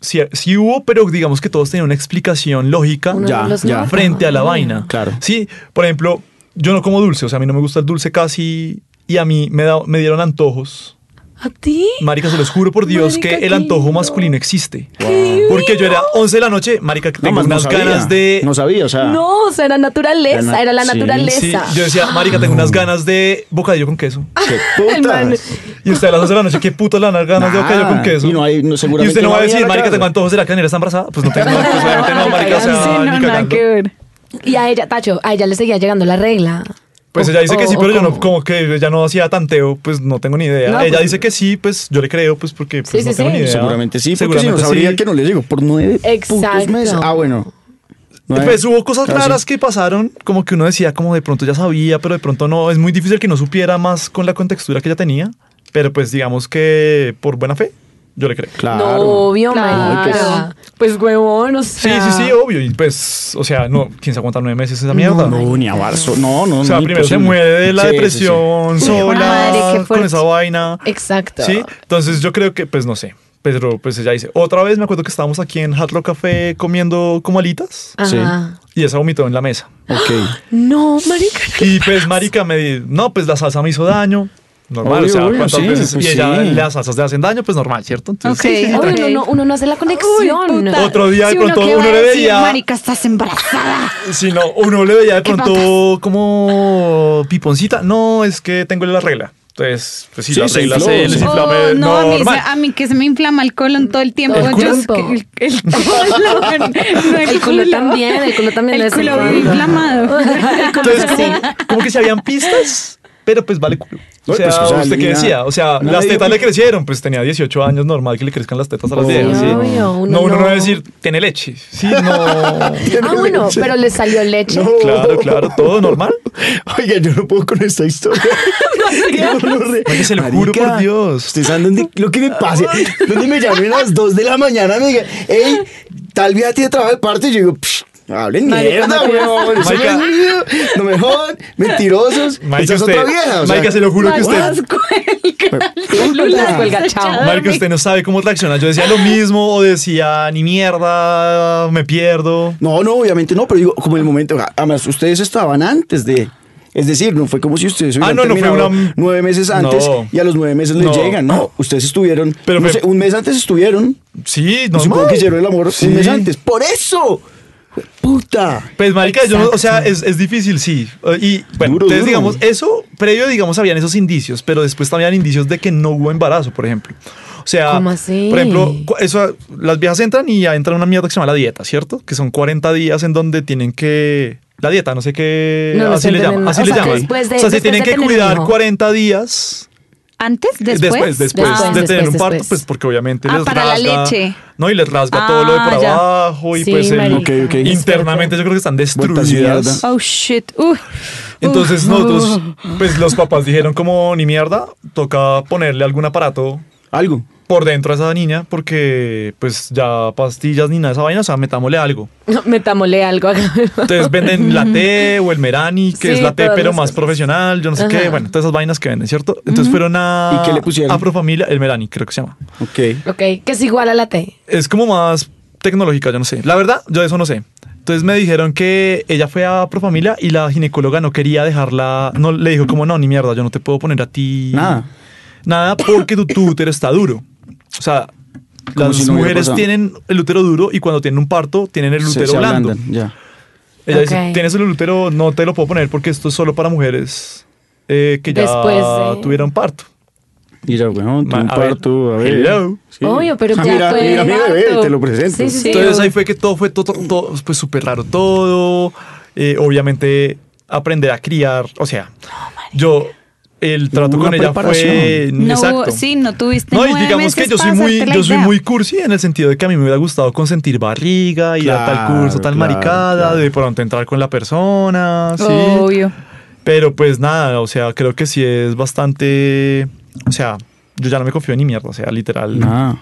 Speaker 6: Sí, sí hubo, pero digamos que todos tenían una explicación lógica
Speaker 4: Uno
Speaker 3: Ya,
Speaker 4: los
Speaker 3: ya.
Speaker 4: mata.
Speaker 6: frente a la
Speaker 4: Ah.
Speaker 6: vaina.
Speaker 3: Claro.
Speaker 6: Sí, por ejemplo, yo no como dulce, o sea, a mí no me gusta el dulce casi y a mí me, da- me dieron antojos.
Speaker 4: ¿A ti?
Speaker 6: Marica, se los juro por Dios
Speaker 4: Marica,
Speaker 6: que el
Speaker 4: qué
Speaker 6: antojo
Speaker 4: lindo.
Speaker 6: masculino existe.
Speaker 4: Qué
Speaker 6: Porque yo era 11 de la noche, marica, que
Speaker 3: No,
Speaker 6: tengo
Speaker 3: más no
Speaker 6: unas
Speaker 3: sabía,
Speaker 6: ganas de...
Speaker 3: No sabía, o sea.
Speaker 4: No, o sea, era naturaleza,
Speaker 3: La na-
Speaker 4: era la
Speaker 3: sí,
Speaker 6: Sí,
Speaker 4: naturaleza.
Speaker 6: yo decía, marica, tengo unas ganas de bocadillo con queso.
Speaker 3: qué
Speaker 4: El man-
Speaker 3: putas.
Speaker 6: Y usted a las 11 de la noche, ¿qué puto le dan las ganas de bocadillo con queso?
Speaker 3: Y no hay- no, seguramente
Speaker 6: Y usted no
Speaker 3: no
Speaker 6: va a
Speaker 3: había en
Speaker 6: decir,
Speaker 3: la
Speaker 6: marica,
Speaker 3: casa".
Speaker 6: tengo antojos de la canela, está embarazada. Pues no tengo antojos, obviamente no, marica, o sea,
Speaker 5: Sí, no,
Speaker 6: ni
Speaker 5: nada
Speaker 6: cagando.
Speaker 5: que ver.
Speaker 4: Y a ella, Tacho, a ella le seguía llegando la regla.
Speaker 6: Pues
Speaker 4: O-
Speaker 6: ella dice que
Speaker 4: o-
Speaker 6: sí,
Speaker 4: o
Speaker 6: pero yo no,
Speaker 4: cómo.
Speaker 6: como que ya no hacía tanteo, pues no tengo ni idea.
Speaker 4: No,
Speaker 6: ella
Speaker 4: pues-
Speaker 6: dice que sí, pues yo le creo, pues porque pues,
Speaker 4: Sí,
Speaker 6: no
Speaker 4: sí,
Speaker 6: tengo
Speaker 4: sí.
Speaker 6: ni idea.
Speaker 3: Seguramente sí, porque si
Speaker 6: Seguramente
Speaker 3: no sabría que no le llegó por nueve putos
Speaker 4: Exacto.
Speaker 3: meses. Ah, bueno. Nueve.
Speaker 6: Pues hubo cosas
Speaker 3: Casi.
Speaker 6: raras que pasaron, como que uno decía, como de pronto ya sabía, pero de pronto no. Es muy difícil que no supiera más con la contextura que ella tenía, pero pues digamos que por buena fe, yo le creo.
Speaker 3: Claro.
Speaker 4: No, obvio,
Speaker 5: Claro.
Speaker 4: marica. Pues huevón, o
Speaker 6: Sí,
Speaker 4: sea.
Speaker 6: sí, sí,
Speaker 5: Ah.
Speaker 6: obvio. Y pues, o sea, no, ¿quién se aguanta nueve meses esa mierda?
Speaker 3: No, ni a Barso. No, no,
Speaker 6: O sea,
Speaker 3: no,
Speaker 6: primero se
Speaker 3: imposible.
Speaker 6: muere de la
Speaker 3: Sí, sí, sí.
Speaker 6: depresión sola,
Speaker 5: Madre, qué
Speaker 6: con
Speaker 5: fuerte.
Speaker 6: esa vaina.
Speaker 4: Exacto.
Speaker 6: Sí, entonces yo creo que, pues no sé. Pero pues ella dice, otra vez me acuerdo que estábamos aquí en Hard Rock Café comiendo como alitas
Speaker 4: Ajá.
Speaker 6: y esa vomitó en la mesa.
Speaker 3: Ok.
Speaker 4: No, marica.
Speaker 6: Y pues, marica, me di, no, pues la salsa me hizo daño. Normal,
Speaker 3: Obvio,
Speaker 6: o sea,
Speaker 3: obvio,
Speaker 6: cuántas
Speaker 3: sí,
Speaker 6: veces
Speaker 3: pues
Speaker 6: y ella,
Speaker 3: sí.
Speaker 6: las salsas le hacen daño, pues normal, ¿cierto? Entonces,
Speaker 5: Ok.
Speaker 6: sí, sí,
Speaker 4: Obvio,
Speaker 6: tranqui.
Speaker 5: Ok.
Speaker 4: uno, no- uno no hace la conexión.
Speaker 5: Uy, puta.
Speaker 6: Otro día de
Speaker 5: Si
Speaker 6: pronto
Speaker 5: ¿qué va
Speaker 6: uno
Speaker 5: a
Speaker 6: le
Speaker 5: decir?
Speaker 6: veía-
Speaker 5: Marica, estás embarazada.
Speaker 6: Si no, uno le veía de
Speaker 5: ¿Qué
Speaker 6: pronto como piponcita. No, es que tengo la regla. Entonces, pues sí,
Speaker 3: Sí,
Speaker 6: la
Speaker 3: se
Speaker 6: regla
Speaker 3: infló,
Speaker 6: se
Speaker 3: sí.
Speaker 6: les
Speaker 3: Oh,
Speaker 6: inflama.
Speaker 5: Oh, no, a mí, se-
Speaker 6: normal.
Speaker 5: a mí que se me inflama el colon todo el tiempo.
Speaker 4: ¿El
Speaker 5: Yo
Speaker 4: culo?
Speaker 5: es que- el, el colon, no el,
Speaker 4: El culo también, el culo también de
Speaker 5: El
Speaker 4: vez en
Speaker 5: culo
Speaker 4: cuando.
Speaker 5: inflamado.
Speaker 6: Entonces, como, como que se habían pistas, pero pues vale culo. O
Speaker 3: No,
Speaker 6: sea,
Speaker 3: pues, o sea,
Speaker 6: ¿usted qué
Speaker 3: nada-
Speaker 6: decía? O sea,
Speaker 3: nada
Speaker 6: las
Speaker 3: de-
Speaker 6: tetas le crecieron. Pues tenía 18 años, normal que le crezcan las tetas a las
Speaker 3: Obvio,
Speaker 6: 10. ¿sí?
Speaker 4: obvio, uno
Speaker 6: no, uno no
Speaker 4: no.
Speaker 6: va a decir, tiene leche. Sí, no.
Speaker 4: Ah, bueno, pero le salió leche.
Speaker 3: No.
Speaker 6: Claro, claro, todo normal.
Speaker 3: Oiga, yo no puedo con esta historia. No, no, re-
Speaker 6: Oye, se lo juro por Dios.
Speaker 3: Ustedes saben dónde- lo que me pase. Donde me llamé a las 2 de la mañana, me diga, hey, tal vez a ti de trabajo de parte. Y yo digo, "Psh, Hablen mierda, weón. Eso
Speaker 6: Marica.
Speaker 3: no es mío. No me jodan. Mentirosos. Esa
Speaker 6: Marica,
Speaker 3: es
Speaker 6: usted,
Speaker 3: otra vieja. o sea,
Speaker 6: Marica, se lo juro que usted,
Speaker 4: Celular, cuelga, chao.
Speaker 6: Marica, usted no sabe cómo reacciona. Yo decía lo mismo o decía ni mierda, me pierdo.
Speaker 3: No, no, obviamente no, pero digo, como en el momento, a- además, ustedes estaban antes de. Es decir, no fue como si ustedes hubieran
Speaker 6: Ah, no, no fue
Speaker 3: terminado
Speaker 6: una-
Speaker 3: nueve meses antes
Speaker 6: No.
Speaker 3: y a los nueve meses les
Speaker 6: No.
Speaker 3: llegan. No, ustedes estuvieron.
Speaker 6: Pero
Speaker 3: no
Speaker 6: fue-
Speaker 3: sé, un mes antes estuvieron.
Speaker 6: Sí,
Speaker 3: No
Speaker 6: no
Speaker 3: Supongo que hicieron el amor
Speaker 6: Sí.
Speaker 3: un mes antes. ¡Por eso! ¡Jue- ¡Puta!
Speaker 6: Pues marica, yo no, o sea, es, es difícil, sí. Eh, Y bueno,
Speaker 3: Duro,
Speaker 6: entonces
Speaker 3: duro.
Speaker 6: digamos, eso previo, digamos, habían esos indicios, pero después también habían indicios de que no hubo embarazo, por ejemplo. O sea,
Speaker 4: ¿Cómo así?
Speaker 6: por ejemplo, cu- eso, las viejas entran y ya entran a una mierda que se llama la dieta, ¿cierto? Que son 40 días en donde tienen que... La dieta, no sé qué...
Speaker 4: No, no
Speaker 6: así
Speaker 4: sé,
Speaker 6: le llaman.
Speaker 4: entienden-
Speaker 6: Así
Speaker 4: o
Speaker 6: le
Speaker 4: sea,
Speaker 6: llaman.
Speaker 4: después de-
Speaker 6: o sea, se
Speaker 4: después
Speaker 6: tienen
Speaker 4: de
Speaker 6: que
Speaker 4: tener un
Speaker 6: cuidar
Speaker 4: hijo.
Speaker 6: 40 días eh,
Speaker 5: ¿Antes? ¿Después?
Speaker 6: después,
Speaker 4: Después, Ah,
Speaker 6: de
Speaker 4: después,
Speaker 6: tener un parto,
Speaker 4: después.
Speaker 6: pues porque obviamente
Speaker 5: Ah,
Speaker 6: les
Speaker 5: para la
Speaker 6: rasga,
Speaker 5: leche.
Speaker 6: No, y les rasga todo lo de por
Speaker 5: Ah, ya.
Speaker 6: abajo y
Speaker 4: Sí,
Speaker 6: pues el-
Speaker 4: marica,
Speaker 3: Ok, ok.
Speaker 6: internamente yo creo que están
Speaker 3: Vueltas y mierda. Ah,
Speaker 6: destruidas.
Speaker 5: Oh, shit. Uh,
Speaker 6: Entonces
Speaker 5: uh,
Speaker 6: nosotros,
Speaker 5: uh.
Speaker 6: pues los papás dijeron como ni mierda, toca ponerle algún aparato
Speaker 3: Algo.
Speaker 6: por dentro a esa niña porque pues ya pastillas ni nada de esa vaina, o sea, metámosle algo.
Speaker 4: Me tamolé algo acá.
Speaker 6: Entonces venden la T o el Merani, que
Speaker 4: Sí,
Speaker 6: es la T
Speaker 4: todas
Speaker 6: pero
Speaker 4: las
Speaker 6: más
Speaker 4: cosas.
Speaker 6: profesional, yo no sé qué,
Speaker 4: Ajá.
Speaker 6: bueno, todas esas vainas que venden, ¿cierto? Entonces fueron a...
Speaker 3: ¿Y qué le pusieron?
Speaker 6: A Profamilia, el Merani creo que se llama.
Speaker 3: Ok.
Speaker 4: Ok, que es igual a la T.
Speaker 6: es como más tecnológica, yo no sé. La verdad, yo de eso no sé. Entonces me dijeron que ella fue a Profamilia y la ginecóloga no quería dejarla, no le dijo como no, ni mierda, yo no te puedo poner a ti
Speaker 3: Nada.
Speaker 6: Nada porque tu, tu útero está duro. O sea,
Speaker 3: Como
Speaker 6: las
Speaker 3: si no hubiera
Speaker 6: mujeres
Speaker 3: pasado.
Speaker 6: tienen el útero duro y cuando tienen un parto tienen el útero blando.
Speaker 3: ablandan, Ya.
Speaker 6: Ella
Speaker 4: Ok.
Speaker 6: dice, tienes el útero, no te lo puedo poner porque esto es solo para mujeres eh, que ya
Speaker 4: Después de-
Speaker 6: tuvieron parto.
Speaker 3: Y ya, weón, tuve
Speaker 6: Ma-
Speaker 3: un
Speaker 6: a ver.
Speaker 3: parto, a ver.
Speaker 6: Hello.
Speaker 3: Sí.
Speaker 4: Obvio, pero
Speaker 3: Ah,
Speaker 4: ya
Speaker 3: mira,
Speaker 4: fue
Speaker 3: mira, mira,
Speaker 4: parto.
Speaker 3: ve, te lo presento.
Speaker 4: Sí, sí, sí.
Speaker 6: Entonces ahí fue que todo fue todo, todo, pues súper raro todo. Eh, obviamente aprender a criar, o sea, yo el trato
Speaker 3: hubo
Speaker 6: con
Speaker 3: una
Speaker 6: ella fue
Speaker 3: preparación.
Speaker 5: No,
Speaker 6: exacto.
Speaker 5: sí, no tuviste
Speaker 6: No, y
Speaker 5: nueve
Speaker 6: digamos que
Speaker 5: meses
Speaker 6: yo soy
Speaker 5: para
Speaker 6: muy
Speaker 5: hacerte la
Speaker 6: yo soy
Speaker 5: idea.
Speaker 6: muy cursi en el sentido de que a mí me hubiera gustado consentir barriga, ir a tal
Speaker 3: Claro,
Speaker 6: curso, tal
Speaker 3: claro,
Speaker 6: maricada,
Speaker 3: claro.
Speaker 6: de pronto entrar con la persona, sí.
Speaker 5: Obvio.
Speaker 6: Pero pues nada, o sea, creo que sí es bastante, o sea, yo ya no me confío ni mierda, o sea, literal.
Speaker 3: Nada.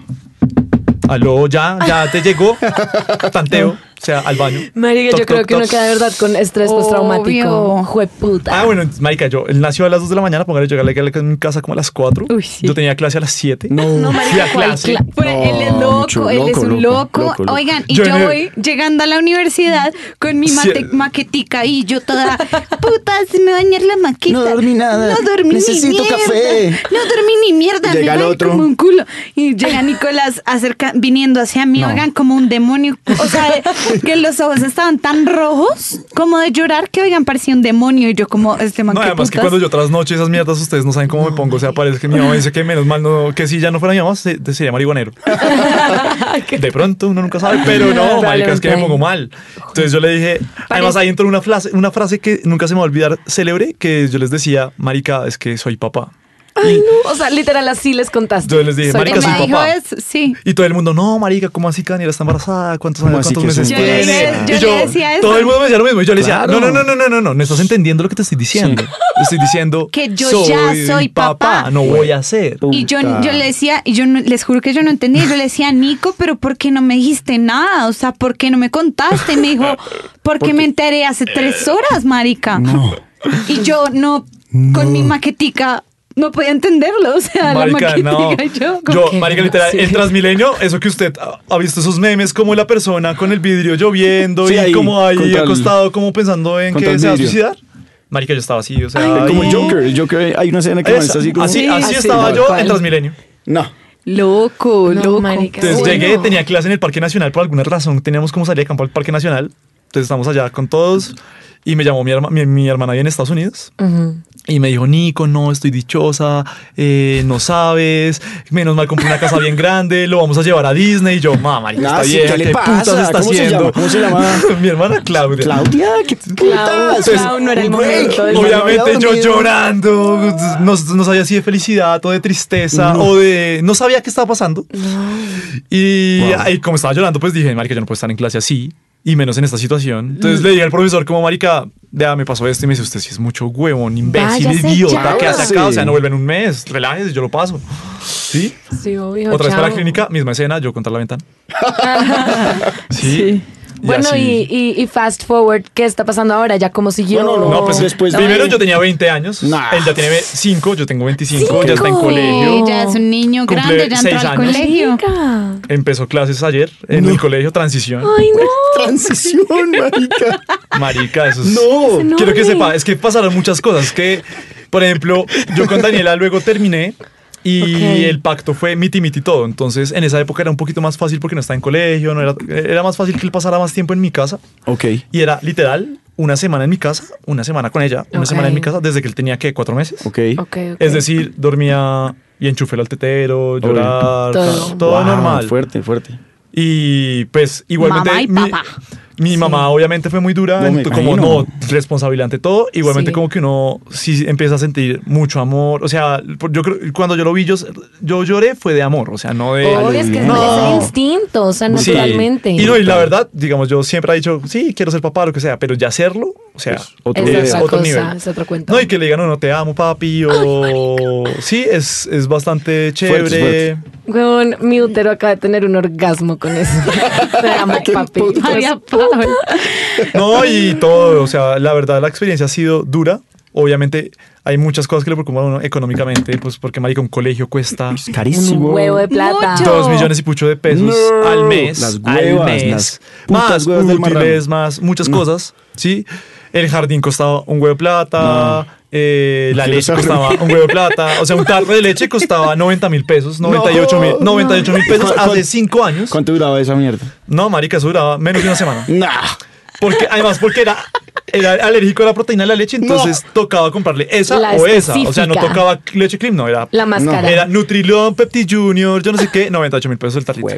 Speaker 6: Aló, ya, ya te llegó. Tanteo, o sea, al baño.
Speaker 4: Marica,
Speaker 6: Toc,
Speaker 4: yo creo
Speaker 6: toc,
Speaker 4: que uno
Speaker 6: toc.
Speaker 4: queda de verdad con estrés
Speaker 5: Obvio.
Speaker 4: postraumático. Jueputa.
Speaker 6: Ah, bueno, marica, yo, él nació a las 2 de la mañana, póngale, yo llegué a mi casa como a las 4.
Speaker 5: Uy, sí.
Speaker 6: Yo tenía clase a las 7.
Speaker 3: No. No,
Speaker 6: Fui a clase.
Speaker 5: Pero él es
Speaker 3: No,
Speaker 5: loco,
Speaker 3: mucho,
Speaker 5: él es
Speaker 3: loco,
Speaker 5: un
Speaker 3: loco,
Speaker 5: loco.
Speaker 3: loco, loco.
Speaker 5: Oigan, y
Speaker 6: Yo
Speaker 5: yo,
Speaker 6: en el-
Speaker 5: voy llegando a la universidad con mi mate-
Speaker 6: Sí.
Speaker 5: maquetica y yo toda, puta, se me va a dañar la maqueta.
Speaker 3: No dormí nada.
Speaker 5: No dormí ni
Speaker 3: Necesito
Speaker 5: mierda.
Speaker 3: café.
Speaker 5: No dormí ni mierda. me
Speaker 3: Llega el
Speaker 5: duele
Speaker 3: otro.
Speaker 5: como un culo. Y llega Nicolás acerca, viniendo hacia mí, oigan, como un demonio. O sea, de- que los ojos estaban tan rojos como de llorar que, oigan, parecía un demonio. Y yo como, este man,
Speaker 6: No,
Speaker 5: ¿qué
Speaker 6: además que
Speaker 5: putas?
Speaker 6: cuando yo trasnoche esas mierdas, ustedes no saben cómo me pongo. O sea, parece que mi mamá dice que menos mal no, que si ya no fuera mi mamá, se- sería marihuanero. De pronto, uno nunca sabe, pero no, marica, es que me pongo mal. Entonces yo le dije, además ahí entró una frase, una frase que nunca se me va a olvidar, célebre, que yo les decía, marica, es que soy papá.
Speaker 4: O sea, literal, así les contaste.
Speaker 6: Yo les dije,
Speaker 4: Soy
Speaker 6: marica,
Speaker 5: Que
Speaker 6: soy
Speaker 5: me
Speaker 6: papá.
Speaker 5: dijo eso, sí.
Speaker 6: Y todo el mundo, no, marica, ¿cómo así Daniela está embarazada? ¿Cuántos
Speaker 3: ¿Cómo
Speaker 6: años,
Speaker 3: así
Speaker 6: cuántos
Speaker 3: que
Speaker 6: meses
Speaker 3: se
Speaker 6: tiene?
Speaker 5: embaraza? Yo le-
Speaker 6: Y
Speaker 5: yo le decía eso.
Speaker 6: Todo el mundo me decía lo mismo. Y yo le decía,
Speaker 3: Claro.
Speaker 6: no, no, no, no, no, no, no, no estás entendiendo lo que te estoy diciendo. Te estoy diciendo
Speaker 5: Que yo ya soy papá.
Speaker 6: No voy a ser.
Speaker 5: Y yo,
Speaker 3: Puta.
Speaker 5: yo le decía, y yo no- les juro que yo no entendía, yo le decía, Nico, pero ¿por qué no me dijiste nada? O sea, ¿por qué no me contaste? Y me dijo, porque me enteré hace tres horas, marica.
Speaker 3: No.
Speaker 5: Y yo no, con mi maquetica, no podía entenderlo. O sea, la
Speaker 6: Marica, no.
Speaker 5: maquetica, y yo, como-
Speaker 6: Yo,
Speaker 4: que
Speaker 6: Marica,
Speaker 4: no,
Speaker 6: literal,
Speaker 4: sí.
Speaker 6: el Transmilenio, eso que usted ha- ha visto esos memes, como la persona con el vidrio lloviendo
Speaker 3: Sí,
Speaker 6: y
Speaker 3: ahí,
Speaker 6: como ahí
Speaker 3: contra el-
Speaker 6: acostado, como pensando en
Speaker 3: contra
Speaker 6: que
Speaker 3: el
Speaker 6: se va a
Speaker 3: vidrio.
Speaker 6: suicidar. Marica, yo estaba así, o sea.
Speaker 3: Eh, Como
Speaker 6: ahí-
Speaker 3: el Joker. El Joker, hay una escena que
Speaker 6: Esa,
Speaker 3: man está así como.
Speaker 6: así, así
Speaker 4: Sí,
Speaker 6: estaba
Speaker 4: así,
Speaker 6: yo
Speaker 4: tal
Speaker 6: en
Speaker 4: cual.
Speaker 6: Transmilenio.
Speaker 3: No.
Speaker 5: Loco,
Speaker 4: No,
Speaker 5: loco.
Speaker 4: marica.
Speaker 6: Entonces
Speaker 4: Bueno.
Speaker 6: llegué, tenía clase en el Parque Nacional por alguna razón. Teníamos como salir a campo al Parque Nacional. Entonces estamos allá con todos. Y me llamó mi, herma- mi, mi hermana bien en Estados Unidos. Y me dijo, Nico, no, estoy dichosa, eh, no sabes, menos mal compré una casa bien grande, lo vamos a llevar a Disney. Y yo, mamá,
Speaker 3: Ah,
Speaker 6: está
Speaker 3: sí,
Speaker 6: bien,
Speaker 3: ¿qué
Speaker 6: ¿qué,
Speaker 3: le pasa?
Speaker 6: putas está
Speaker 3: ¿Cómo se
Speaker 6: haciendo?
Speaker 3: llama? ¿Cómo se llama?
Speaker 6: mi hermana Claudia.
Speaker 3: Claudia, qué puta.
Speaker 4: Clau, Clau, no era el momento, el
Speaker 6: Obviamente yo llorando, no, no sabía si de felicidad o de tristeza o de... No sabía qué estaba pasando. Y ahí, como estaba llorando, pues dije, marica, yo no puedo estar en clase así. Y menos en esta situación. Entonces
Speaker 4: Mm.
Speaker 6: le dije al profesor como, marica, ya me pasó esto. Y me dice, usted sí es mucho huevón, imbécil,
Speaker 4: Váyase
Speaker 6: idiota,
Speaker 4: ya.
Speaker 6: que hace acá? O sea,
Speaker 3: Sí.
Speaker 6: no vuelve en un mes, relájese, yo lo paso. ¿Sí?
Speaker 4: Sí, obvio.
Speaker 6: Otra vez para la
Speaker 4: chao.
Speaker 6: clínica, misma escena, yo contra la ventana. sí. y
Speaker 4: Bueno,
Speaker 6: así-
Speaker 4: y, y- y fast forward, ¿qué está pasando ahora? Ya como siguió.
Speaker 3: No, no,
Speaker 6: No, pues
Speaker 3: después de-
Speaker 6: primero yo tenía 20 años,
Speaker 3: Nah.
Speaker 6: él ya tiene 5, yo tengo 25, ya está en
Speaker 4: Cinco.
Speaker 6: colegio.
Speaker 4: Oh.
Speaker 5: Ya es un niño
Speaker 6: Cumple
Speaker 5: grande, ya entró
Speaker 6: seis
Speaker 5: al
Speaker 6: años.
Speaker 5: colegio.
Speaker 4: Marica.
Speaker 6: Empezó clases ayer en el colegio Transición.
Speaker 4: Ay, no.
Speaker 3: Transición, marica.
Speaker 6: Marica, eso es-
Speaker 3: No.
Speaker 4: Es enorme.
Speaker 6: Quiero que sepa, es que pasaron muchas cosas. Que, por ejemplo, yo con Daniela luego terminé y
Speaker 4: Ok.
Speaker 6: el pacto fue miti miti todo. Entonces, en esa época era un poquito más fácil porque no estaba en colegio, no era, era más fácil que él pasara más tiempo en mi casa.
Speaker 3: Ok.
Speaker 6: Y era literal una semana en mi casa, una semana con ella, una
Speaker 4: Ok.
Speaker 6: semana en mi casa, desde que él tenía que cuatro meses.
Speaker 3: Ok.
Speaker 4: Ok, ok.
Speaker 6: Es decir, dormía y enchufelo al tetero, llorar,
Speaker 4: Todo.
Speaker 6: todo,
Speaker 3: Wow,
Speaker 6: normal.
Speaker 3: Fuerte, fuerte.
Speaker 6: Y pues igualmente
Speaker 5: Mamá y
Speaker 6: mi,
Speaker 5: papá.
Speaker 6: mi mamá obviamente fue muy dura,
Speaker 3: No, me
Speaker 6: ento- como
Speaker 3: imagino.
Speaker 6: no responsabilidad ante todo, igualmente
Speaker 4: Sí.
Speaker 6: como que uno sí empieza a sentir mucho amor, o sea, por- yo creo cuando yo lo vi yo, yo lloré fue de amor, o sea, no de
Speaker 4: Obvio, es que es-
Speaker 6: No.
Speaker 4: es el instinto, o sea,
Speaker 6: Sí.
Speaker 4: naturalmente.
Speaker 6: Y no, y la verdad, digamos, yo siempre he dicho, sí, quiero ser papá, lo que sea, pero ya hacerlo, o sea,
Speaker 3: otro
Speaker 4: es
Speaker 3: nivel.
Speaker 4: otra
Speaker 6: otro
Speaker 4: cosa,
Speaker 6: nivel.
Speaker 4: es otro cuento.
Speaker 6: no, y que le digan, no, no te amo, papi, o sí, es, es bastante chévere.
Speaker 3: fuerte.
Speaker 4: Huevón, mi útero acaba de tener un orgasmo con eso. Te amo, papi.
Speaker 5: María Paula.
Speaker 6: No, y todo, o sea, la verdad la experiencia ha sido dura. Obviamente hay muchas cosas que le preocupan a uno económicamente, pues porque marica un colegio cuesta
Speaker 3: Carísimo.
Speaker 4: Un huevo de plata.
Speaker 5: Mucho.
Speaker 6: dos millones y pucho de pesos
Speaker 3: No.
Speaker 6: al mes,
Speaker 3: Las
Speaker 6: al
Speaker 3: huevas,
Speaker 6: mes,
Speaker 3: las putas
Speaker 6: más
Speaker 3: huevas del
Speaker 6: útiles,
Speaker 3: marrano. Mm.
Speaker 6: más muchas cosas, ¿sí? El jardín costaba un huevo de plata, eh, la
Speaker 3: Quiero
Speaker 6: leche
Speaker 3: saber.
Speaker 6: costaba un huevo de plata, o sea, un tarro de leche costaba 90 mil pesos, 98 mil
Speaker 3: No.
Speaker 6: 98 mil pesos
Speaker 3: ¿Cu- cuán-
Speaker 6: hace cinco años.
Speaker 3: ¿Cuánto duraba esa mierda?
Speaker 6: No, marica, eso duraba menos de una semana.
Speaker 3: Nah.
Speaker 6: Porque, además, porque era, era alérgico a la proteína de la leche, entonces tocaba comprarle esa
Speaker 4: La
Speaker 6: o esa. O sea, no
Speaker 4: específica.
Speaker 6: tocaba leche cream, no, era,
Speaker 4: La máscara.
Speaker 6: era Nutrilon, Pepti Junior, yo no sé qué, 98 mil pesos el tarrito.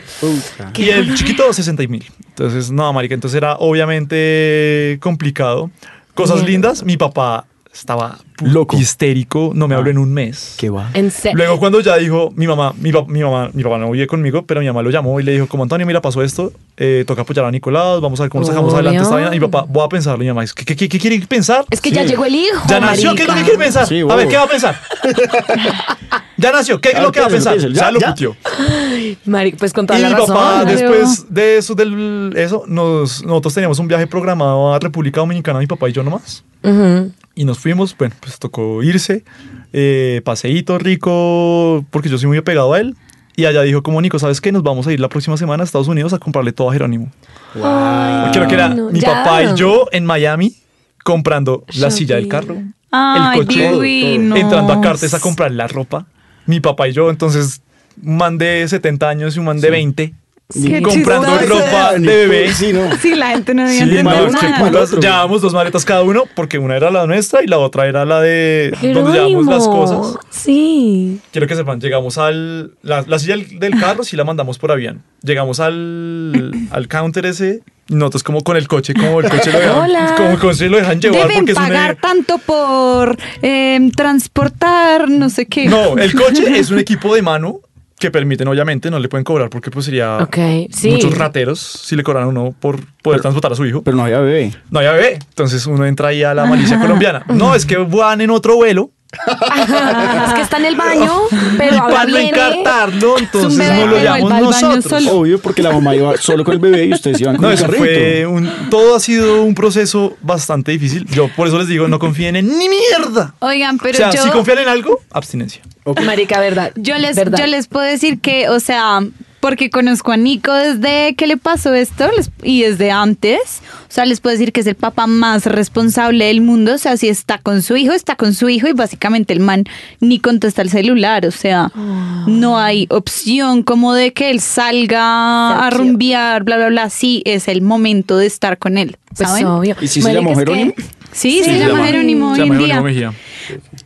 Speaker 6: Y el chiquito, 60 mil. Entonces, no, marica, entonces era obviamente complicado. Cosas
Speaker 4: Mierda.
Speaker 6: lindas, mi papá estaba pu-
Speaker 3: Loco. Ah,
Speaker 6: histérico, no me habló en un mes.
Speaker 3: Qué va.
Speaker 4: En serio.
Speaker 6: Luego cuando ya dijo, mi mamá, mi, pa- mi mamá, mi papá no vive conmigo, pero mi mamá lo llamó y le dijo, como Antonio, mira, pasó esto, eh, toca apoyar a Nicolás, vamos a ver cómo sacamos
Speaker 4: Obvio.
Speaker 6: adelante esta vaina. Y mi papá, voy a pensarlo, y mi mamá, dice, ¿qué, qué, qué, qué quiere pensar?
Speaker 4: Es que ya
Speaker 3: Sí.
Speaker 4: llegó el hijo.
Speaker 6: Ya nació, ¿qué es lo que quiere pensar?
Speaker 3: Sí,
Speaker 6: a ver,
Speaker 3: wow.
Speaker 6: ¿qué va a pensar? ya nació, ¿qué es
Speaker 3: A
Speaker 6: lo
Speaker 3: ver,
Speaker 6: que va a
Speaker 3: piénselo,
Speaker 6: pensar?
Speaker 3: piénselo,
Speaker 6: Ya,
Speaker 3: ya,
Speaker 6: lo
Speaker 3: ya.
Speaker 6: putió.
Speaker 4: Mari, pues con toda
Speaker 6: Y
Speaker 4: la
Speaker 6: mi
Speaker 4: razón.
Speaker 6: papá,
Speaker 4: claro.
Speaker 6: después de eso, del, eso nos, nosotros teníamos un viaje programado a República Dominicana, mi papá y yo nomás.
Speaker 4: Ujú.
Speaker 6: Y nos fuimos, bueno, pues tocó irse, eh, paseíto rico, porque yo soy muy apegado a él. Y allá dijo como Nico, ¿sabes qué? Nos vamos a ir la próxima semana a Estados Unidos a comprarle todo a Jerónimo.
Speaker 4: Ay,
Speaker 6: Ah. Creo que era
Speaker 4: Ah, no,
Speaker 6: mi
Speaker 4: ya.
Speaker 6: papá y yo en Miami comprando la silla del carro,
Speaker 4: Shakira.
Speaker 5: Ay,
Speaker 6: el coche,
Speaker 5: divino.
Speaker 6: entrando a Cartes a comprar la ropa. Mi papá y yo, entonces, un man de 70 años y un man de 20
Speaker 5: Qué
Speaker 6: comprando
Speaker 5: chistoso. Ah,
Speaker 6: ropa de bebé.
Speaker 3: Sí, no.
Speaker 5: Sí, la gente no
Speaker 6: Sí,
Speaker 5: había
Speaker 6: no,
Speaker 5: entendido
Speaker 6: qué
Speaker 5: nada.
Speaker 6: putas. Llevábamos dos maletas cada uno, porque una era la nuestra y la otra era la de donde llevamos las cosas.
Speaker 4: Sí.
Speaker 6: Quiero que sepan, llegamos al. La, la silla del del carro sí la mandamos por avión. Llegamos al, al counter ese. y Nosotros, como con el coche, como el coche lo
Speaker 4: Hola.
Speaker 6: dejan, como el coche lo dejan llevar
Speaker 5: Deben
Speaker 6: porque es un-
Speaker 5: pagar tanto por eh, transportar, no sé qué.
Speaker 6: No, el coche es un equipo de mano que permiten, obviamente, no le pueden cobrar porque pues sería
Speaker 4: Ok, sí.
Speaker 6: muchos rateros si le cobran a uno por poder transportar a su hijo.
Speaker 3: Pero no había bebé.
Speaker 6: No había bebé. Entonces uno entra ahí a la malicia colombiana. No, es que van en otro vuelo
Speaker 4: es que está en el baño, pero
Speaker 6: y
Speaker 4: ahora
Speaker 6: para no
Speaker 4: viene-
Speaker 6: encartarlo, entonces
Speaker 5: bebé,
Speaker 6: no lo
Speaker 5: pero él
Speaker 6: llamamos
Speaker 5: va al baño
Speaker 6: nosotros.
Speaker 5: solo.
Speaker 3: Obvio, porque la mamá iba solo con el bebé y ustedes iban con
Speaker 6: No,
Speaker 3: el
Speaker 6: eso
Speaker 3: carrito.
Speaker 6: fue un. Todo ha sido un proceso bastante difícil. Yo por eso les digo, no confíen en ni mierda.
Speaker 5: Oigan, pero
Speaker 6: o sea,
Speaker 5: yo...
Speaker 6: si confían en algo, abstinencia.
Speaker 4: Marica, verdad.
Speaker 5: Yo les,
Speaker 4: verdad.
Speaker 5: yo les puedo decir que, o sea, porque conozco a Nico desde que le pasó esto les- y desde antes. O sea, les puedo decir que es el papá más responsable del mundo. O sea, si está con su hijo, está con su hijo y básicamente el man ni contesta el celular. O sea, no hay opción como de que él salga a
Speaker 4: Thank you.
Speaker 5: rumbear, bla, bla, bla. Sí, es el momento de estar con él.
Speaker 4: Pues
Speaker 5: ¿saben?
Speaker 4: obvio.
Speaker 3: ¿Y si se
Speaker 4: Marica,
Speaker 3: llamó
Speaker 4: es
Speaker 3: Jerónimo?
Speaker 4: que-
Speaker 5: Sí, se
Speaker 4: Sí, se
Speaker 5: llama
Speaker 4: llama.
Speaker 5: Jerónimo hoy en día.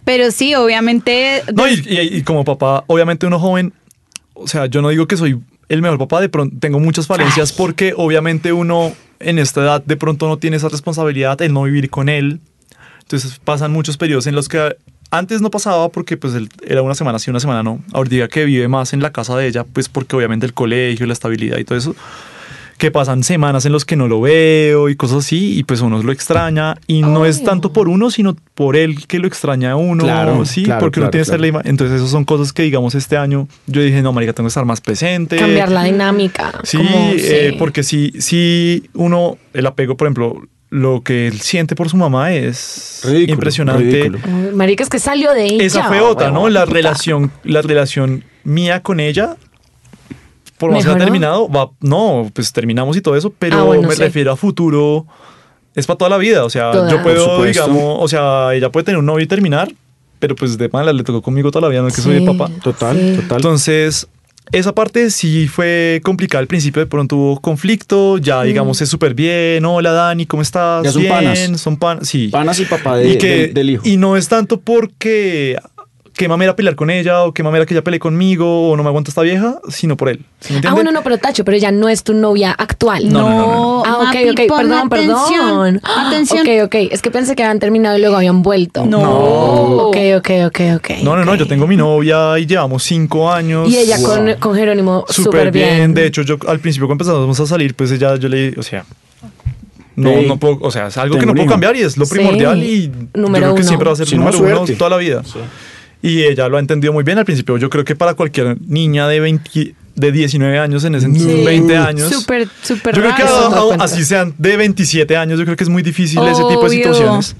Speaker 5: Pero sí, obviamente.
Speaker 6: No, y, y- y como papá, obviamente uno joven, o sea, yo no digo que soy el mejor papá, de pronto tengo muchas falencias porque obviamente uno en esta edad de pronto no tiene esa responsabilidad, el no vivir con él. Entonces pasan muchos periodos en los que antes no pasaba porque pues él era una semana sí, una semana no. Ahorita que vive más en la casa de ella, pues porque obviamente el colegio, la estabilidad y todo eso, que pasan semanas en los que no lo veo y cosas así, y pues uno lo extraña, y no es tanto por uno, sino por él que lo extraña a uno,
Speaker 3: Claro,
Speaker 6: sí,
Speaker 3: claro,
Speaker 6: porque
Speaker 3: claro,
Speaker 6: no tiene esa
Speaker 3: claro.
Speaker 6: ley. Entonces, esas son cosas que, digamos, este año yo dije, no, marica, tengo que estar más presente.
Speaker 4: Cambiar la dinámica.
Speaker 6: Sí,
Speaker 4: como,
Speaker 6: eh,
Speaker 4: sí.
Speaker 6: porque si, si uno, el apego, por ejemplo, lo que él siente por su mamá es
Speaker 3: Ridículo,
Speaker 6: impresionante.
Speaker 3: ridículo.
Speaker 4: Uy, Marica, es que salió de ella.
Speaker 6: Esa fue otra, ¿no?
Speaker 4: huevón,
Speaker 6: La
Speaker 4: puta.
Speaker 6: relación, la relación mía con ella, por más que ha
Speaker 4: ¿Mejoró?
Speaker 6: terminado, va, no, pues terminamos y todo eso, pero
Speaker 4: Ah, bueno,
Speaker 6: me
Speaker 4: sí.
Speaker 6: refiero a futuro. Es para toda la vida, o sea,
Speaker 4: Toda.
Speaker 6: yo
Speaker 3: Por
Speaker 6: puedo,
Speaker 3: supuesto.
Speaker 6: digamos, o sea, ella puede tener un novio y terminar, pero pues de malas le tocó conmigo toda la vida, no es que soy
Speaker 4: Sí.
Speaker 6: de papá.
Speaker 3: Total,
Speaker 4: Sí.
Speaker 3: total.
Speaker 6: Entonces, esa parte sí fue complicada al principio, de pronto hubo conflicto, ya
Speaker 4: Mm.
Speaker 6: digamos es súper bien, hola Dani, ¿cómo estás?
Speaker 3: Ya son
Speaker 6: bien,
Speaker 3: panas.
Speaker 6: son pan, sí.
Speaker 3: Panas y papá Ah, de- del- del hijo.
Speaker 6: Y no es tanto porque qué mamera pelear con ella o qué mamera que ella pelee conmigo o no me aguanta esta vieja, sino por él. ¿sí me
Speaker 4: Ah, bueno,
Speaker 6: entienden?
Speaker 4: no, pero Tacho, pero ya no es tu novia actual.
Speaker 6: No, no, no,
Speaker 5: no.
Speaker 4: Ah, ok,
Speaker 5: Mapi,
Speaker 4: ok,
Speaker 5: pon
Speaker 4: perdón, perdón.
Speaker 5: atención, atención.
Speaker 4: Ok, ok, es que pensé que habían terminado y luego habían vuelto.
Speaker 5: No.
Speaker 4: Ok, ok, ok, ok.
Speaker 6: No, no, no,
Speaker 4: ok.
Speaker 6: yo tengo mi novia y llevamos cinco años.
Speaker 4: Y ella
Speaker 6: Wow.
Speaker 4: con, con Jerónimo
Speaker 6: súper
Speaker 4: súper
Speaker 6: bien.
Speaker 4: bien.
Speaker 6: De hecho, yo al principio cuando empezamos a salir, pues ella, yo le, o sea, no,
Speaker 3: Ey,
Speaker 6: no puedo, o sea, es algo que
Speaker 3: tengo
Speaker 6: no
Speaker 3: un
Speaker 6: puedo
Speaker 3: hijo.
Speaker 6: cambiar y es lo
Speaker 4: Sí,
Speaker 6: primordial y
Speaker 4: número
Speaker 6: yo creo que
Speaker 4: uno.
Speaker 6: siempre va a ser
Speaker 3: Si no,
Speaker 6: número
Speaker 3: suerte.
Speaker 6: uno toda la vida. Y ella lo ha entendido muy bien al principio. Yo creo que para cualquier niña de 20, de 19 años en ese entonces, 20 años.
Speaker 5: Súper, súper
Speaker 6: yo creo que
Speaker 5: raro.
Speaker 6: a- a- así sean de 27 años, yo creo que es muy difícil ese tipo
Speaker 5: Obvio.
Speaker 6: de situaciones.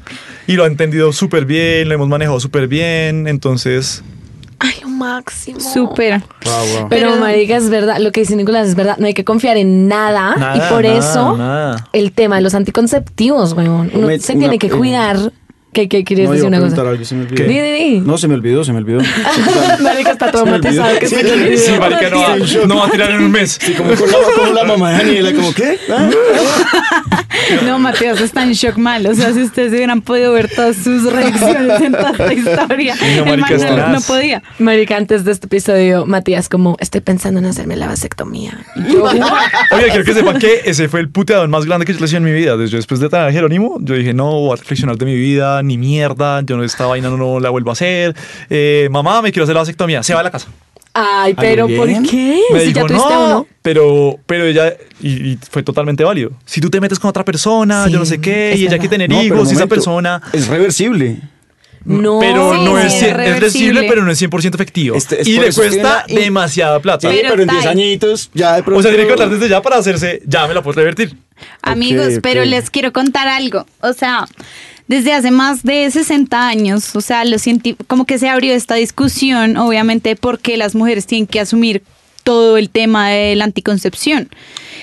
Speaker 6: Y lo ha entendido súper bien, lo hemos manejado súper bien, entonces
Speaker 4: Ay, lo máximo.
Speaker 5: Súper.
Speaker 3: Wow, wow.
Speaker 4: Pero,
Speaker 5: Pero-
Speaker 4: marica, es verdad, lo que dice Nicolás es verdad, no hay que confiar en nada,
Speaker 6: Nada,
Speaker 4: y por
Speaker 6: nada,
Speaker 4: eso
Speaker 6: nada.
Speaker 4: el tema de los anticonceptivos, weón, uno
Speaker 3: Me-
Speaker 4: se
Speaker 3: una-
Speaker 4: tiene que
Speaker 3: eh,
Speaker 4: cuidar. ¿Qué, qué quieres
Speaker 3: No,
Speaker 4: decir
Speaker 3: iba
Speaker 4: una
Speaker 3: a
Speaker 4: cosa?
Speaker 3: preguntar algo, se me olvidó.
Speaker 6: ¿Qué?
Speaker 4: Di, di, di.
Speaker 3: No, se me olvidó, se me olvidó.
Speaker 4: Marica está
Speaker 3: Se me olvidó.
Speaker 4: traumatizado. que
Speaker 3: Sí,
Speaker 4: se le olvidó.
Speaker 6: Sí, marica, no va, no va a tirar en un mes.
Speaker 3: Como con la, como la mamá de Daniela, como qué? ¿Ah?
Speaker 5: No, Mateos está en shock mal. O sea, si ustedes hubieran podido ver todas sus reacciones en toda esta historia,
Speaker 6: no,
Speaker 5: el man
Speaker 6: marica,
Speaker 5: no,
Speaker 6: estás-
Speaker 5: no podía.
Speaker 4: Marica, antes de este episodio, Matías, como estoy pensando en hacerme la vasectomía. Y yo,
Speaker 6: Oye, quiero que sepan que ese fue el puteadón más grande que yo le hice en mi vida. Desde- Después de tener a Jerónimo, yo dije, no, voy a reflexionar de mi vida, ni mierda, yo no esta vaina no, no la vuelvo a hacer. Eh, mamá, me quiero hacer la vasectomía, se va a la casa.
Speaker 4: Ay, pero
Speaker 3: bien.
Speaker 4: ¿por qué?
Speaker 6: Me
Speaker 4: si ya
Speaker 6: dijo,
Speaker 4: tuviste
Speaker 6: no,
Speaker 4: uno.
Speaker 6: pero, pero ella, y, y fue totalmente válido. Si tú te metes con otra persona,
Speaker 4: Sí,
Speaker 6: yo no sé qué,
Speaker 4: es
Speaker 6: y ella quiere
Speaker 4: verdad.
Speaker 6: tener
Speaker 3: No, pero
Speaker 6: hijos, y esa
Speaker 3: momento,
Speaker 6: persona...
Speaker 3: Es reversible.
Speaker 4: No.
Speaker 6: pero
Speaker 5: sí,
Speaker 6: no
Speaker 5: es
Speaker 6: es, cien- es
Speaker 5: reversible.
Speaker 6: recible, pero no es 100% efectivo.
Speaker 3: Este- es
Speaker 6: y
Speaker 3: por
Speaker 6: le
Speaker 3: eso es que
Speaker 6: cuesta
Speaker 3: era-
Speaker 6: demasiada plata.
Speaker 5: Pero,
Speaker 3: pero en 10
Speaker 5: Tai.
Speaker 3: añitos ya de pronto.
Speaker 6: O sea, tiene que hablar desde ya para hacerse, ya me la puedo revertir.
Speaker 5: Amigos,
Speaker 3: ok.
Speaker 5: pero les quiero contar algo. O sea, desde hace más de 60 años, o sea, los cienti- como que se abrió esta discusión, obviamente, porque las mujeres tienen que asumir todo el tema de la anticoncepción.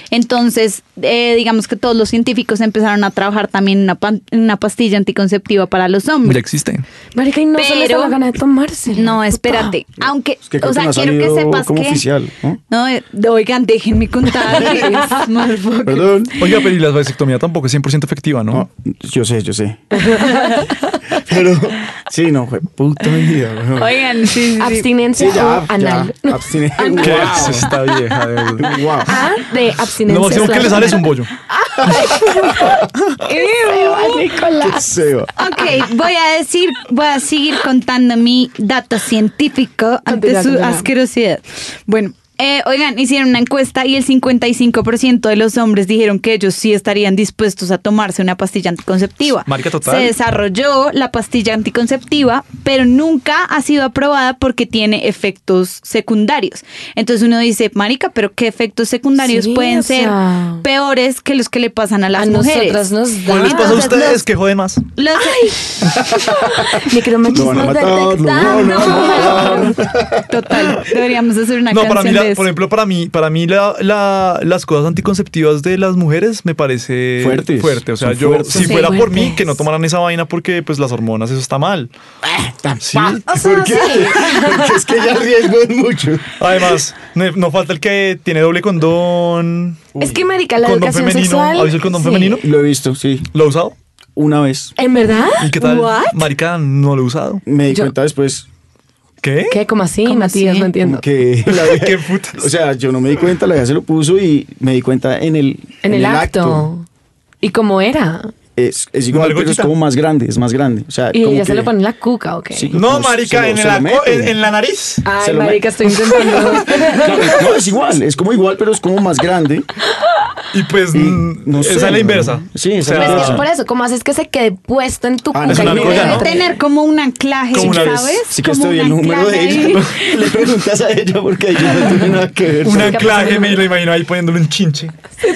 Speaker 5: Entonces, eh, digamos que todos los científicos empezaron a trabajar también en una, pan- en una pastilla anticonceptiva para los hombres.
Speaker 6: existe.
Speaker 4: Marica, y no se les da
Speaker 5: Pero-
Speaker 4: la gana de tomárselo.
Speaker 5: No,
Speaker 4: Puta.
Speaker 5: espérate. Aunque,
Speaker 3: Es que creo
Speaker 5: o
Speaker 3: que
Speaker 5: sea,
Speaker 3: no ha
Speaker 5: quiero que
Speaker 3: salido
Speaker 5: sepas
Speaker 3: como
Speaker 5: que.
Speaker 3: oficial, ¿no?
Speaker 5: eh, oigan, déjenme contarles. motherfucker.
Speaker 3: Perdón.
Speaker 6: Oiga, pero y la vasectomía tampoco es 100% efectiva, ¿no?
Speaker 3: No, yo sé, yo sé. Pero, sí, no, fue puta vida. weón.
Speaker 5: Oigan, sí, sí, sí.
Speaker 4: Abstinencia
Speaker 3: Sí, ya,
Speaker 4: o anal.
Speaker 3: ya, abstine-
Speaker 6: ¿Qué
Speaker 3: Guau.
Speaker 6: es esta vieja? de verdad?
Speaker 3: Guau.
Speaker 4: Ah, de abstinencia.
Speaker 6: Lo máximo que
Speaker 4: slash
Speaker 6: le sale es
Speaker 4: anal.
Speaker 6: un bollo.
Speaker 4: Se va, Nicolás.
Speaker 3: Se va.
Speaker 5: Ok, voy a decir, voy a seguir contando mi dato científico ante
Speaker 4: Continúa,
Speaker 5: su
Speaker 4: Ah, continúa.
Speaker 5: asquerosidad. Bueno, eh, oigan, hicieron una encuesta y el 55% de los hombres dijeron que ellos sí estarían dispuestos a tomarse una pastilla anticonceptiva.
Speaker 6: Marica total.
Speaker 5: Se desarrolló la pastilla anticonceptiva, pero nunca ha sido aprobada porque tiene efectos secundarios. Entonces uno dice, marica, pero ¿qué efectos secundarios
Speaker 4: Sí, o
Speaker 5: pueden ser
Speaker 4: sea.
Speaker 5: peores que los que le pasan a las
Speaker 4: A
Speaker 5: mujeres?
Speaker 4: nosotras nos da.
Speaker 6: ¿Cuál les pasa a
Speaker 5: Entonces,
Speaker 6: ustedes
Speaker 5: los-
Speaker 6: que joden más?
Speaker 5: Los-
Speaker 4: Micromachismo
Speaker 3: Lo van a matar, lo
Speaker 4: detectado.
Speaker 3: van a
Speaker 5: Total, deberíamos hacer una
Speaker 6: No,
Speaker 5: canción
Speaker 6: para mí,
Speaker 5: de
Speaker 6: la-
Speaker 5: eso.
Speaker 6: por ejemplo, para mí, para mí la- la- las cosas anticonceptivas de las mujeres me parece
Speaker 3: Fuertes.
Speaker 6: fuerte. O sea,
Speaker 3: Son
Speaker 6: yo,
Speaker 3: fuertes.
Speaker 4: Sí,
Speaker 6: si fuera por
Speaker 4: fuertes.
Speaker 6: mí, que no tomaran esa vaina porque pues las hormonas, eso está mal. Sí.
Speaker 3: ¿Por qué? Porque es que ya el riesgo es mucho.
Speaker 6: Además, no, no falta el que tiene doble condón.
Speaker 4: Es que, marica, la
Speaker 6: Condón
Speaker 4: educación
Speaker 6: femenino.
Speaker 4: sexual.
Speaker 6: ¿Ha visto el condón femenino?
Speaker 3: Lo he visto, sí.
Speaker 6: ¿Lo ha usado?
Speaker 3: Una vez.
Speaker 4: ¿En verdad?
Speaker 6: ¿Y qué tal?
Speaker 4: What?
Speaker 6: Marica, no lo he usado.
Speaker 3: Me di
Speaker 4: Yo-
Speaker 3: cuenta después
Speaker 6: ¿Qué?
Speaker 4: ¿Qué? ¿Cómo así,
Speaker 5: ¿Cómo
Speaker 4: Matías?
Speaker 5: así?
Speaker 4: No entiendo.
Speaker 3: como que... la vieja-
Speaker 6: ¿Qué putas?
Speaker 3: O sea, yo no me di cuenta, la vieja se lo puso y me di cuenta en el,
Speaker 4: En el acto. ¿Y cómo era?
Speaker 3: es, es igual,
Speaker 6: Una
Speaker 3: pero es
Speaker 6: argollita.
Speaker 3: como más grande, es más grande. O sea,
Speaker 4: Y
Speaker 3: como
Speaker 4: ella se
Speaker 3: que-
Speaker 4: lo pone en la cuca, ok.
Speaker 3: Sí.
Speaker 6: No,
Speaker 3: Pues,
Speaker 6: marica,
Speaker 3: se lo-
Speaker 6: en,
Speaker 3: se
Speaker 6: la,
Speaker 3: lo
Speaker 6: co-
Speaker 3: meten.
Speaker 6: en- en la nariz.
Speaker 4: Ay,
Speaker 3: Se lo
Speaker 4: marica, estoy intentando.
Speaker 3: No, es- no, es igual, es como igual, pero es como más grande.
Speaker 6: Y pues, mm,
Speaker 3: no sé,
Speaker 6: esa es la
Speaker 3: ¿no?
Speaker 6: inversa.
Speaker 3: Sí, esa
Speaker 6: O
Speaker 3: es la
Speaker 6: sea,
Speaker 4: Pero es que
Speaker 3: Ah.
Speaker 4: por eso, ¿cómo haces que se quede puesto en tu cuca?
Speaker 3: Ah, no, es
Speaker 4: y
Speaker 3: una
Speaker 4: no
Speaker 3: argolla,
Speaker 2: Debe
Speaker 3: ¿no?
Speaker 4: entre?
Speaker 2: tener como un anclaje,
Speaker 6: Como una-
Speaker 2: ¿sabes?
Speaker 3: Si que
Speaker 2: Como
Speaker 3: estoy
Speaker 2: un
Speaker 3: el número de
Speaker 2: anclaje ahí.
Speaker 3: ella. Le preguntas a ella porque ella no tiene nada que ver.
Speaker 6: Un anclaje, me lo imagino ahí poniéndole un chinche.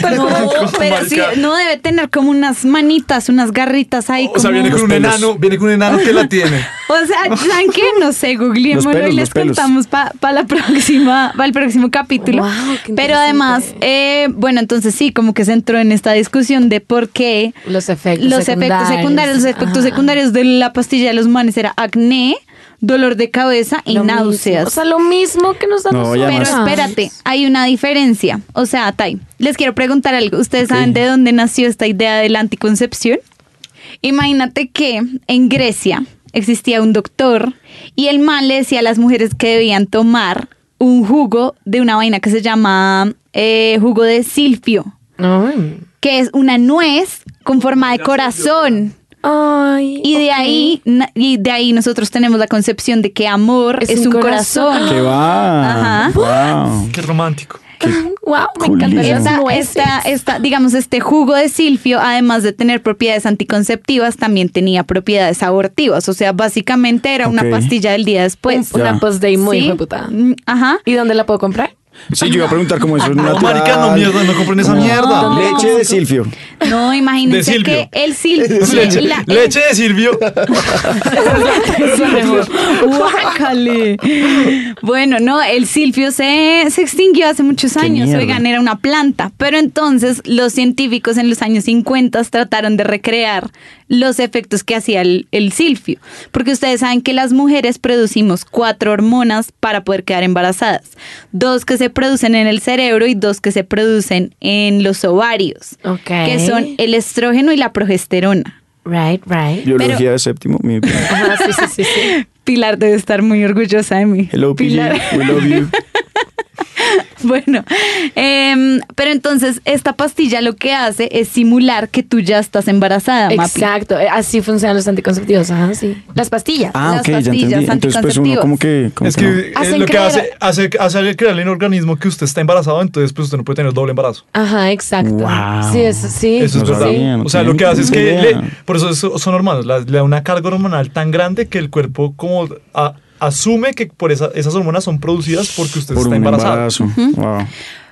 Speaker 2: No, pero sí, no debe tener como unas manitas, unas garritas
Speaker 3: Oh,
Speaker 2: ahí.
Speaker 6: O sea,
Speaker 2: como-
Speaker 6: viene con un
Speaker 3: pelos.
Speaker 6: enano, viene con un enano que la tiene.
Speaker 2: O sea, ¿saben qué? No sé, googleémoslo
Speaker 3: Los pelos,
Speaker 2: y les
Speaker 3: los pelos.
Speaker 2: contamos para la próxima, para el próximo capítulo.
Speaker 4: Guau, qué
Speaker 2: Pero además, eh, bueno, entonces sí, como que se entró en esta discusión de por qué
Speaker 4: Los efectos Ah,
Speaker 2: los efectos secundarios, los efectos
Speaker 4: Ajá.
Speaker 2: secundarios de la pastilla de los manes era acné, dolor de cabeza y
Speaker 4: Lo mismo.
Speaker 2: náuseas.
Speaker 4: O sea, lo mismo que nos da
Speaker 3: No, y
Speaker 2: Pero
Speaker 4: nosotros.
Speaker 3: además-
Speaker 2: espérate, hay una diferencia. O sea, Tai, les quiero preguntar algo. ¿Ustedes saben de dónde nació esta idea de la anticoncepción? Imagínate que en Grecia existía un doctor y el man le decía a las mujeres que debían tomar un jugo de una vaina que se llama eh, jugo de silfio,
Speaker 4: Ay.
Speaker 2: que es una nuez con forma de corazón.
Speaker 4: Ay,
Speaker 2: Y de
Speaker 4: ok.
Speaker 2: ahí, na- y de ahí nosotros tenemos la concepción de que amor es, un, corazón.
Speaker 3: Que va.
Speaker 2: Ajá.
Speaker 3: Wow.
Speaker 6: Qué romántico.
Speaker 4: Wow, me
Speaker 3: Cool.
Speaker 4: encantaría
Speaker 3: Esa-
Speaker 4: las
Speaker 2: Esta,
Speaker 4: nueces.
Speaker 2: esta- esta- digamos, este jugo de silfio, además de tener propiedades anticonceptivas, también tenía propiedades abortivas. O sea, básicamente era una
Speaker 3: Ok.
Speaker 2: pastilla del día después.
Speaker 4: Un- Pues, una
Speaker 3: Ya.
Speaker 4: post-day muy
Speaker 2: ¿Sí?
Speaker 4: hijueputa.
Speaker 2: Mm, Ajá.
Speaker 4: ¿Y dónde la puedo comprar?
Speaker 3: Sí, yo iba a preguntar cómo eso es
Speaker 6: No,
Speaker 3: natural.
Speaker 6: Ah, marica, no mierda, no compren esa
Speaker 3: Como
Speaker 6: mierda.
Speaker 3: Leche de silfio.
Speaker 2: No,
Speaker 6: De
Speaker 2: imagínense
Speaker 6: silfio.
Speaker 2: que el silfio.
Speaker 6: Leche,
Speaker 2: la- el-
Speaker 6: leche de Silvio.
Speaker 2: Guácale. Bueno, no, el silfio se, se extinguió hace muchos años.
Speaker 3: mierda.
Speaker 2: Oigan, era una planta. Pero entonces los científicos en los años 50 trataron de recrear los efectos que hacía el, el silfio. Porque ustedes saben que las mujeres producimos cuatro hormonas para poder quedar embarazadas. Dos que se producen en el cerebro y dos que se producen en los ovarios.
Speaker 4: Ok.
Speaker 2: Que son el estrógeno y la progesterona.
Speaker 4: Right, right.
Speaker 3: Biología de séptimo. mi-
Speaker 4: Ajá, sí, sí, sí, sí.
Speaker 2: Pilar debe estar muy orgullosa de mí.
Speaker 3: Hello,
Speaker 2: Pilar.
Speaker 3: PG. We love you.
Speaker 2: Bueno, em, pero entonces esta pastilla lo que hace es simular que tú ya estás embarazada, Mapi.
Speaker 4: Exacto. eh, Así funcionan los anticonceptivos. Ajá, sí. Las pastillas.
Speaker 3: Ah,
Speaker 2: Las
Speaker 3: ok, ya
Speaker 2: pastillas
Speaker 3: entendí. Entonces, pues uno
Speaker 2: anticonceptivas.
Speaker 3: como que. como
Speaker 6: Es
Speaker 3: que no.
Speaker 6: que eh,
Speaker 4: Hacen
Speaker 6: lo que
Speaker 4: creer-
Speaker 6: hace, hace, hace crearle un organismo que usted está embarazado, entonces pues usted no puede tener doble embarazo.
Speaker 4: Ajá, exacto.
Speaker 3: Wow.
Speaker 4: Sí, eso sí.
Speaker 6: Eso
Speaker 3: No
Speaker 6: es verdad.
Speaker 3: sabía, no
Speaker 6: o sea,
Speaker 3: tenía
Speaker 6: lo que hace es que
Speaker 3: idea.
Speaker 6: le- por eso es- son hormonas, la- le da una carga hormonal tan grande que el cuerpo como a- asume que por esa- esas hormonas son producidas porque usted
Speaker 3: Por un
Speaker 6: está embarazado.
Speaker 3: embarazo. Wow.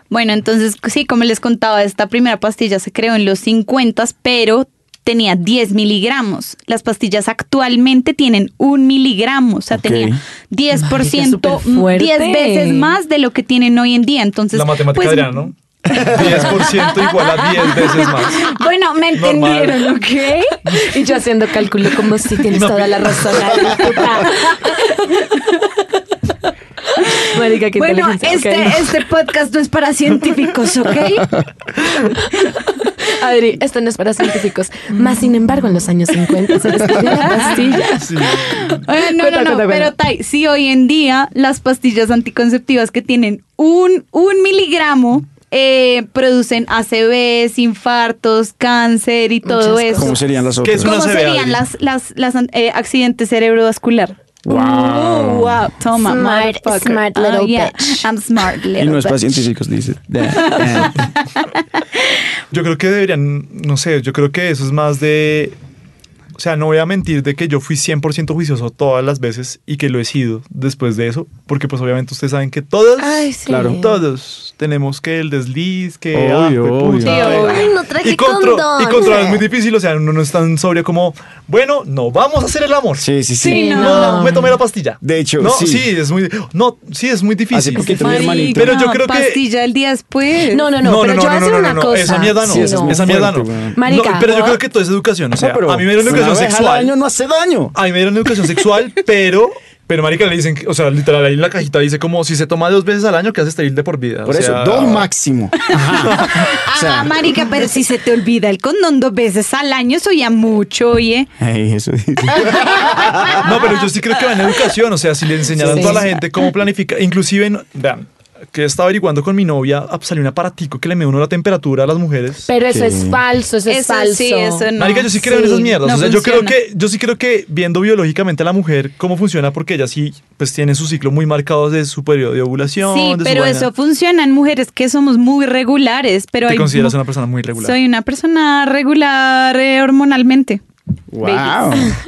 Speaker 2: Bueno, entonces sí, como les contaba, esta primera pastilla se creó en los 50, pero tenía 10 miligramos. Las pastillas actualmente tienen 1 miligramo, o sea,
Speaker 3: Ok.
Speaker 2: tenía 10%,
Speaker 4: Marica, superfuerte.
Speaker 2: 10 mm, veces más de lo que tienen hoy en día. Entonces,
Speaker 6: La matemática
Speaker 2: pues,
Speaker 6: de Adriana, ¿no? 10% igual a 10 veces más.
Speaker 2: Bueno, me
Speaker 6: Normal.
Speaker 2: entendieron, ¿ok?
Speaker 4: Y yo haciendo cálculo como si tienes toda la razón. la puta. Marica, qué
Speaker 2: Bueno,
Speaker 4: inteligencia,
Speaker 2: este,
Speaker 4: ok.
Speaker 2: este podcast no es para científicos, ¿ok?
Speaker 4: Adri, esto no es para científicos. Más sin embargo, en los años 50 se descubrió la pastilla.
Speaker 6: Sí.
Speaker 2: Eh, no,
Speaker 4: Cuenta,
Speaker 2: no, no,
Speaker 4: cuenta, cuenta.
Speaker 2: pero Tai, sí, hoy en día las pastillas anticonceptivas que tienen un, un miligramo eh, producen ACVs, infartos, cáncer y todo
Speaker 4: Muchas
Speaker 2: eso.
Speaker 3: ¿Cómo serían las
Speaker 6: ¿Qué
Speaker 3: otras?
Speaker 6: es una
Speaker 2: ¿Cómo
Speaker 6: ACV,
Speaker 2: serían
Speaker 6: Adri?
Speaker 2: las, las, las an- eh, accidentes cerebrovascular?
Speaker 3: Wow.
Speaker 2: Oh, wow, toma,
Speaker 4: Smart,
Speaker 2: motherfucker. Ah,
Speaker 4: smart little bitch.
Speaker 2: I'm smart little
Speaker 3: Y no es para
Speaker 2: bitch.
Speaker 3: científicos, dice. Yeah.
Speaker 6: Yo creo que deberían, no sé, yo creo que eso es más de... O sea, no voy a mentir de que yo fui 100% juicioso todas las veces y que lo he sido después de eso, porque pues obviamente ustedes saben que todas,
Speaker 4: Ay, sí.
Speaker 3: Claro.
Speaker 6: todos tenemos que el desliz, que...
Speaker 3: Obvio,
Speaker 6: fue
Speaker 3: obvio.
Speaker 6: puta,
Speaker 3: Sí,
Speaker 6: eh.
Speaker 3: obvio.
Speaker 4: Ay, no traje
Speaker 6: y contro-
Speaker 4: condón.
Speaker 6: y controlar es muy difícil, o sea, uno no es tan sobrio como, bueno, no, vamos a hacer el amor.
Speaker 3: Sí, sí, sí.
Speaker 4: Sí,
Speaker 6: No,
Speaker 4: No.
Speaker 6: me tomé la pastilla.
Speaker 3: De hecho,
Speaker 6: no,
Speaker 3: sí.
Speaker 6: es muy, no, sí es muy difícil.
Speaker 3: Hace poquito mi
Speaker 2: Marica,
Speaker 3: hermanito.
Speaker 6: Pero yo creo que-
Speaker 2: pastilla el día después.
Speaker 4: No, no, no, pero yo voy a hacer una cosa.
Speaker 6: Esa mierda no,
Speaker 3: Sí,
Speaker 4: esa es muy
Speaker 6: esa mierda
Speaker 3: fuerte,
Speaker 6: no.
Speaker 3: weón.
Speaker 4: Marica,
Speaker 6: No, Pero yo
Speaker 4: ¿no?
Speaker 6: creo que todo es educación, o sea,
Speaker 3: No, pero
Speaker 6: a mí me dieron
Speaker 3: una vez
Speaker 6: educación
Speaker 3: al
Speaker 6: sexual.
Speaker 3: año no hace daño.
Speaker 6: A mí me dieron educación sexual, pero... Pero marica le dicen, que- o sea, literal ahí en la cajita dice como si se toma dos veces al año que hace estéril de por vida. o
Speaker 3: Por eso,
Speaker 6: sea,
Speaker 3: dos máximo.
Speaker 2: Ah,
Speaker 3: O sea-
Speaker 2: marica, pero si se te olvida el condón dos veces al año, eso ya mucho, oye.
Speaker 3: Ay, eso dice.
Speaker 4: Ah,
Speaker 6: No, pero yo sí creo que va en educación, o sea, si le enseñaran
Speaker 4: Sí.
Speaker 6: a toda la gente cómo planificar, inclusive, en- vean, que estaba averiguando con mi novia, ah, salió un aparatico que le mide uno la temperatura a las mujeres.
Speaker 4: Pero eso
Speaker 3: Sí.
Speaker 4: es falso, eso, es
Speaker 5: Eso
Speaker 4: falso.
Speaker 5: sí, eso no.
Speaker 6: Marica, yo sí creo en
Speaker 4: sí,
Speaker 6: esas mierdas.
Speaker 5: no
Speaker 6: o sea, yo
Speaker 5: funciona.
Speaker 6: creo que, yo sí creo que viendo biológicamente a la mujer cómo funciona, porque ella sí, pues tiene su ciclo muy marcado de su periodo de ovulación.
Speaker 5: Sí,
Speaker 6: de su
Speaker 5: pero
Speaker 6: vaina.
Speaker 5: eso funciona en mujeres que somos muy regulares, pero
Speaker 6: Te
Speaker 5: hay
Speaker 6: consideras
Speaker 5: mu-
Speaker 6: una persona muy regular.
Speaker 5: Soy una persona regular eh, hormonalmente.
Speaker 3: Wow.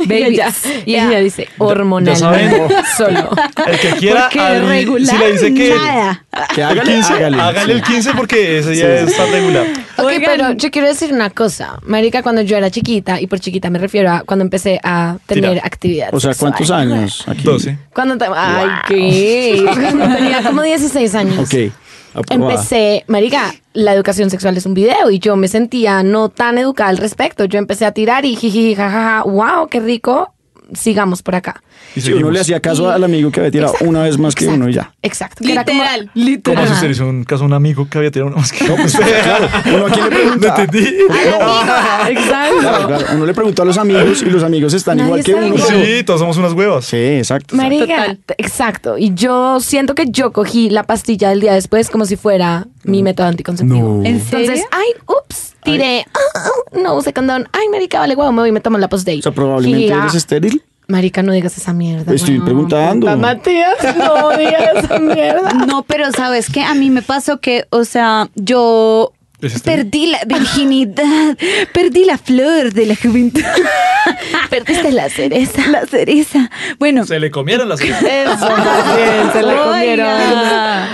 Speaker 5: Babies.
Speaker 4: Ella,
Speaker 5: Yeah.
Speaker 4: ella dice
Speaker 6: ya saben.
Speaker 4: hormonalmente solo.
Speaker 6: El que quiera,
Speaker 5: Porque
Speaker 6: Adri, si
Speaker 5: regular
Speaker 6: le dice que
Speaker 5: nada.
Speaker 3: Que
Speaker 6: el
Speaker 3: hágale,
Speaker 6: 15,
Speaker 3: hágale.
Speaker 6: hágale, el 15 porque ese ya
Speaker 3: Sí.
Speaker 6: está regular.
Speaker 4: Ok,
Speaker 5: Oigan.
Speaker 4: pero yo quiero decir una cosa. Marica, cuando yo era chiquita, y por chiquita me refiero a cuando empecé a tener
Speaker 6: Tira.
Speaker 4: actividad.
Speaker 3: O sea,
Speaker 4: sexual.
Speaker 3: ¿cuántos años? Aquí?
Speaker 6: 12.
Speaker 4: Cuando te- Ay, ¿qué? Cuando tenía como 16 años.
Speaker 3: Ok. aprobada.
Speaker 4: Empecé, marica, la educación sexual es un video y yo me sentía no tan educada al respecto. Yo empecé a tirar y jiji, jajaja, wow, qué rico, sigamos por acá.
Speaker 6: Y
Speaker 3: Si uno
Speaker 6: seguimos.
Speaker 3: le hacía caso al amigo que había tirado
Speaker 4: Exacto,
Speaker 3: una vez más que
Speaker 4: exacto,
Speaker 3: uno y ya.
Speaker 4: Exacto. que era como-
Speaker 5: Literal.
Speaker 6: ¿Cómo
Speaker 4: Ajá.
Speaker 6: se hizo un caso a un amigo que había tirado una más que
Speaker 3: pues, Uno a quién le pregunta.
Speaker 6: No entendí.
Speaker 3: Claro,
Speaker 4: Exacto.
Speaker 3: claro, Uno le preguntó a los amigos y los amigos están
Speaker 4: Nadie
Speaker 3: igual que
Speaker 4: sabe.
Speaker 3: uno. pero-
Speaker 6: Sí, todos somos unas huevas.
Speaker 3: Sí, exacto.
Speaker 4: Marica, t- exacto. Y yo siento que yo cogí la pastilla del día después como si fuera mi método anticonceptivo.
Speaker 3: No.
Speaker 5: ¿En serio?
Speaker 4: Entonces, ay, ups, tiré, ah, ah, no usé condón, ay, marica, vale, guau, me voy y me tomo la pastilla.
Speaker 3: O sea, probablemente
Speaker 4: Jiji, ah.
Speaker 3: eres estéril.
Speaker 4: Marica, no digas esa mierda.
Speaker 3: Te estoy
Speaker 4: weón.
Speaker 3: preguntando.
Speaker 4: Puta, Matías, no digas esa mierda.
Speaker 5: No, pero sabes que a mí me pasó que, o sea, yo
Speaker 6: ¿Es este?
Speaker 5: perdí la virginidad, perdí la flor de la juventud,
Speaker 4: Perdiste la cereza.
Speaker 5: la cereza. Bueno,
Speaker 6: Se le comieron las
Speaker 4: Eso, más bien, se la comieron.
Speaker 5: Oiga.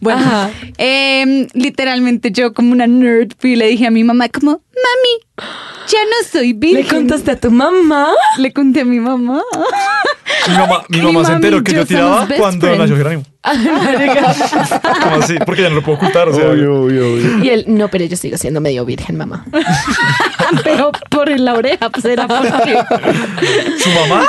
Speaker 5: Bueno, em, literalmente yo como una nerd fui y le dije a mi mamá como, mami, ya no soy virgen.
Speaker 4: ¿Le contaste a tu mamá?
Speaker 5: Le conté a mi mamá.
Speaker 6: Mi mamá, mi
Speaker 5: Mi
Speaker 6: mamá
Speaker 5: mami
Speaker 6: se
Speaker 5: y
Speaker 6: enteró que
Speaker 5: yo
Speaker 6: yo tiraba
Speaker 5: somos best
Speaker 6: cuando
Speaker 5: friends.
Speaker 6: nació Jerónimo. ¿Cómo así? Porque ya no lo puedo ocultar, o sea.
Speaker 3: Obvio, obvio, obvio.
Speaker 4: Y él, no, pero yo sigo siendo medio virgen, mamá. pero por en la oreja, pues era porque...
Speaker 6: ¿Su mamá?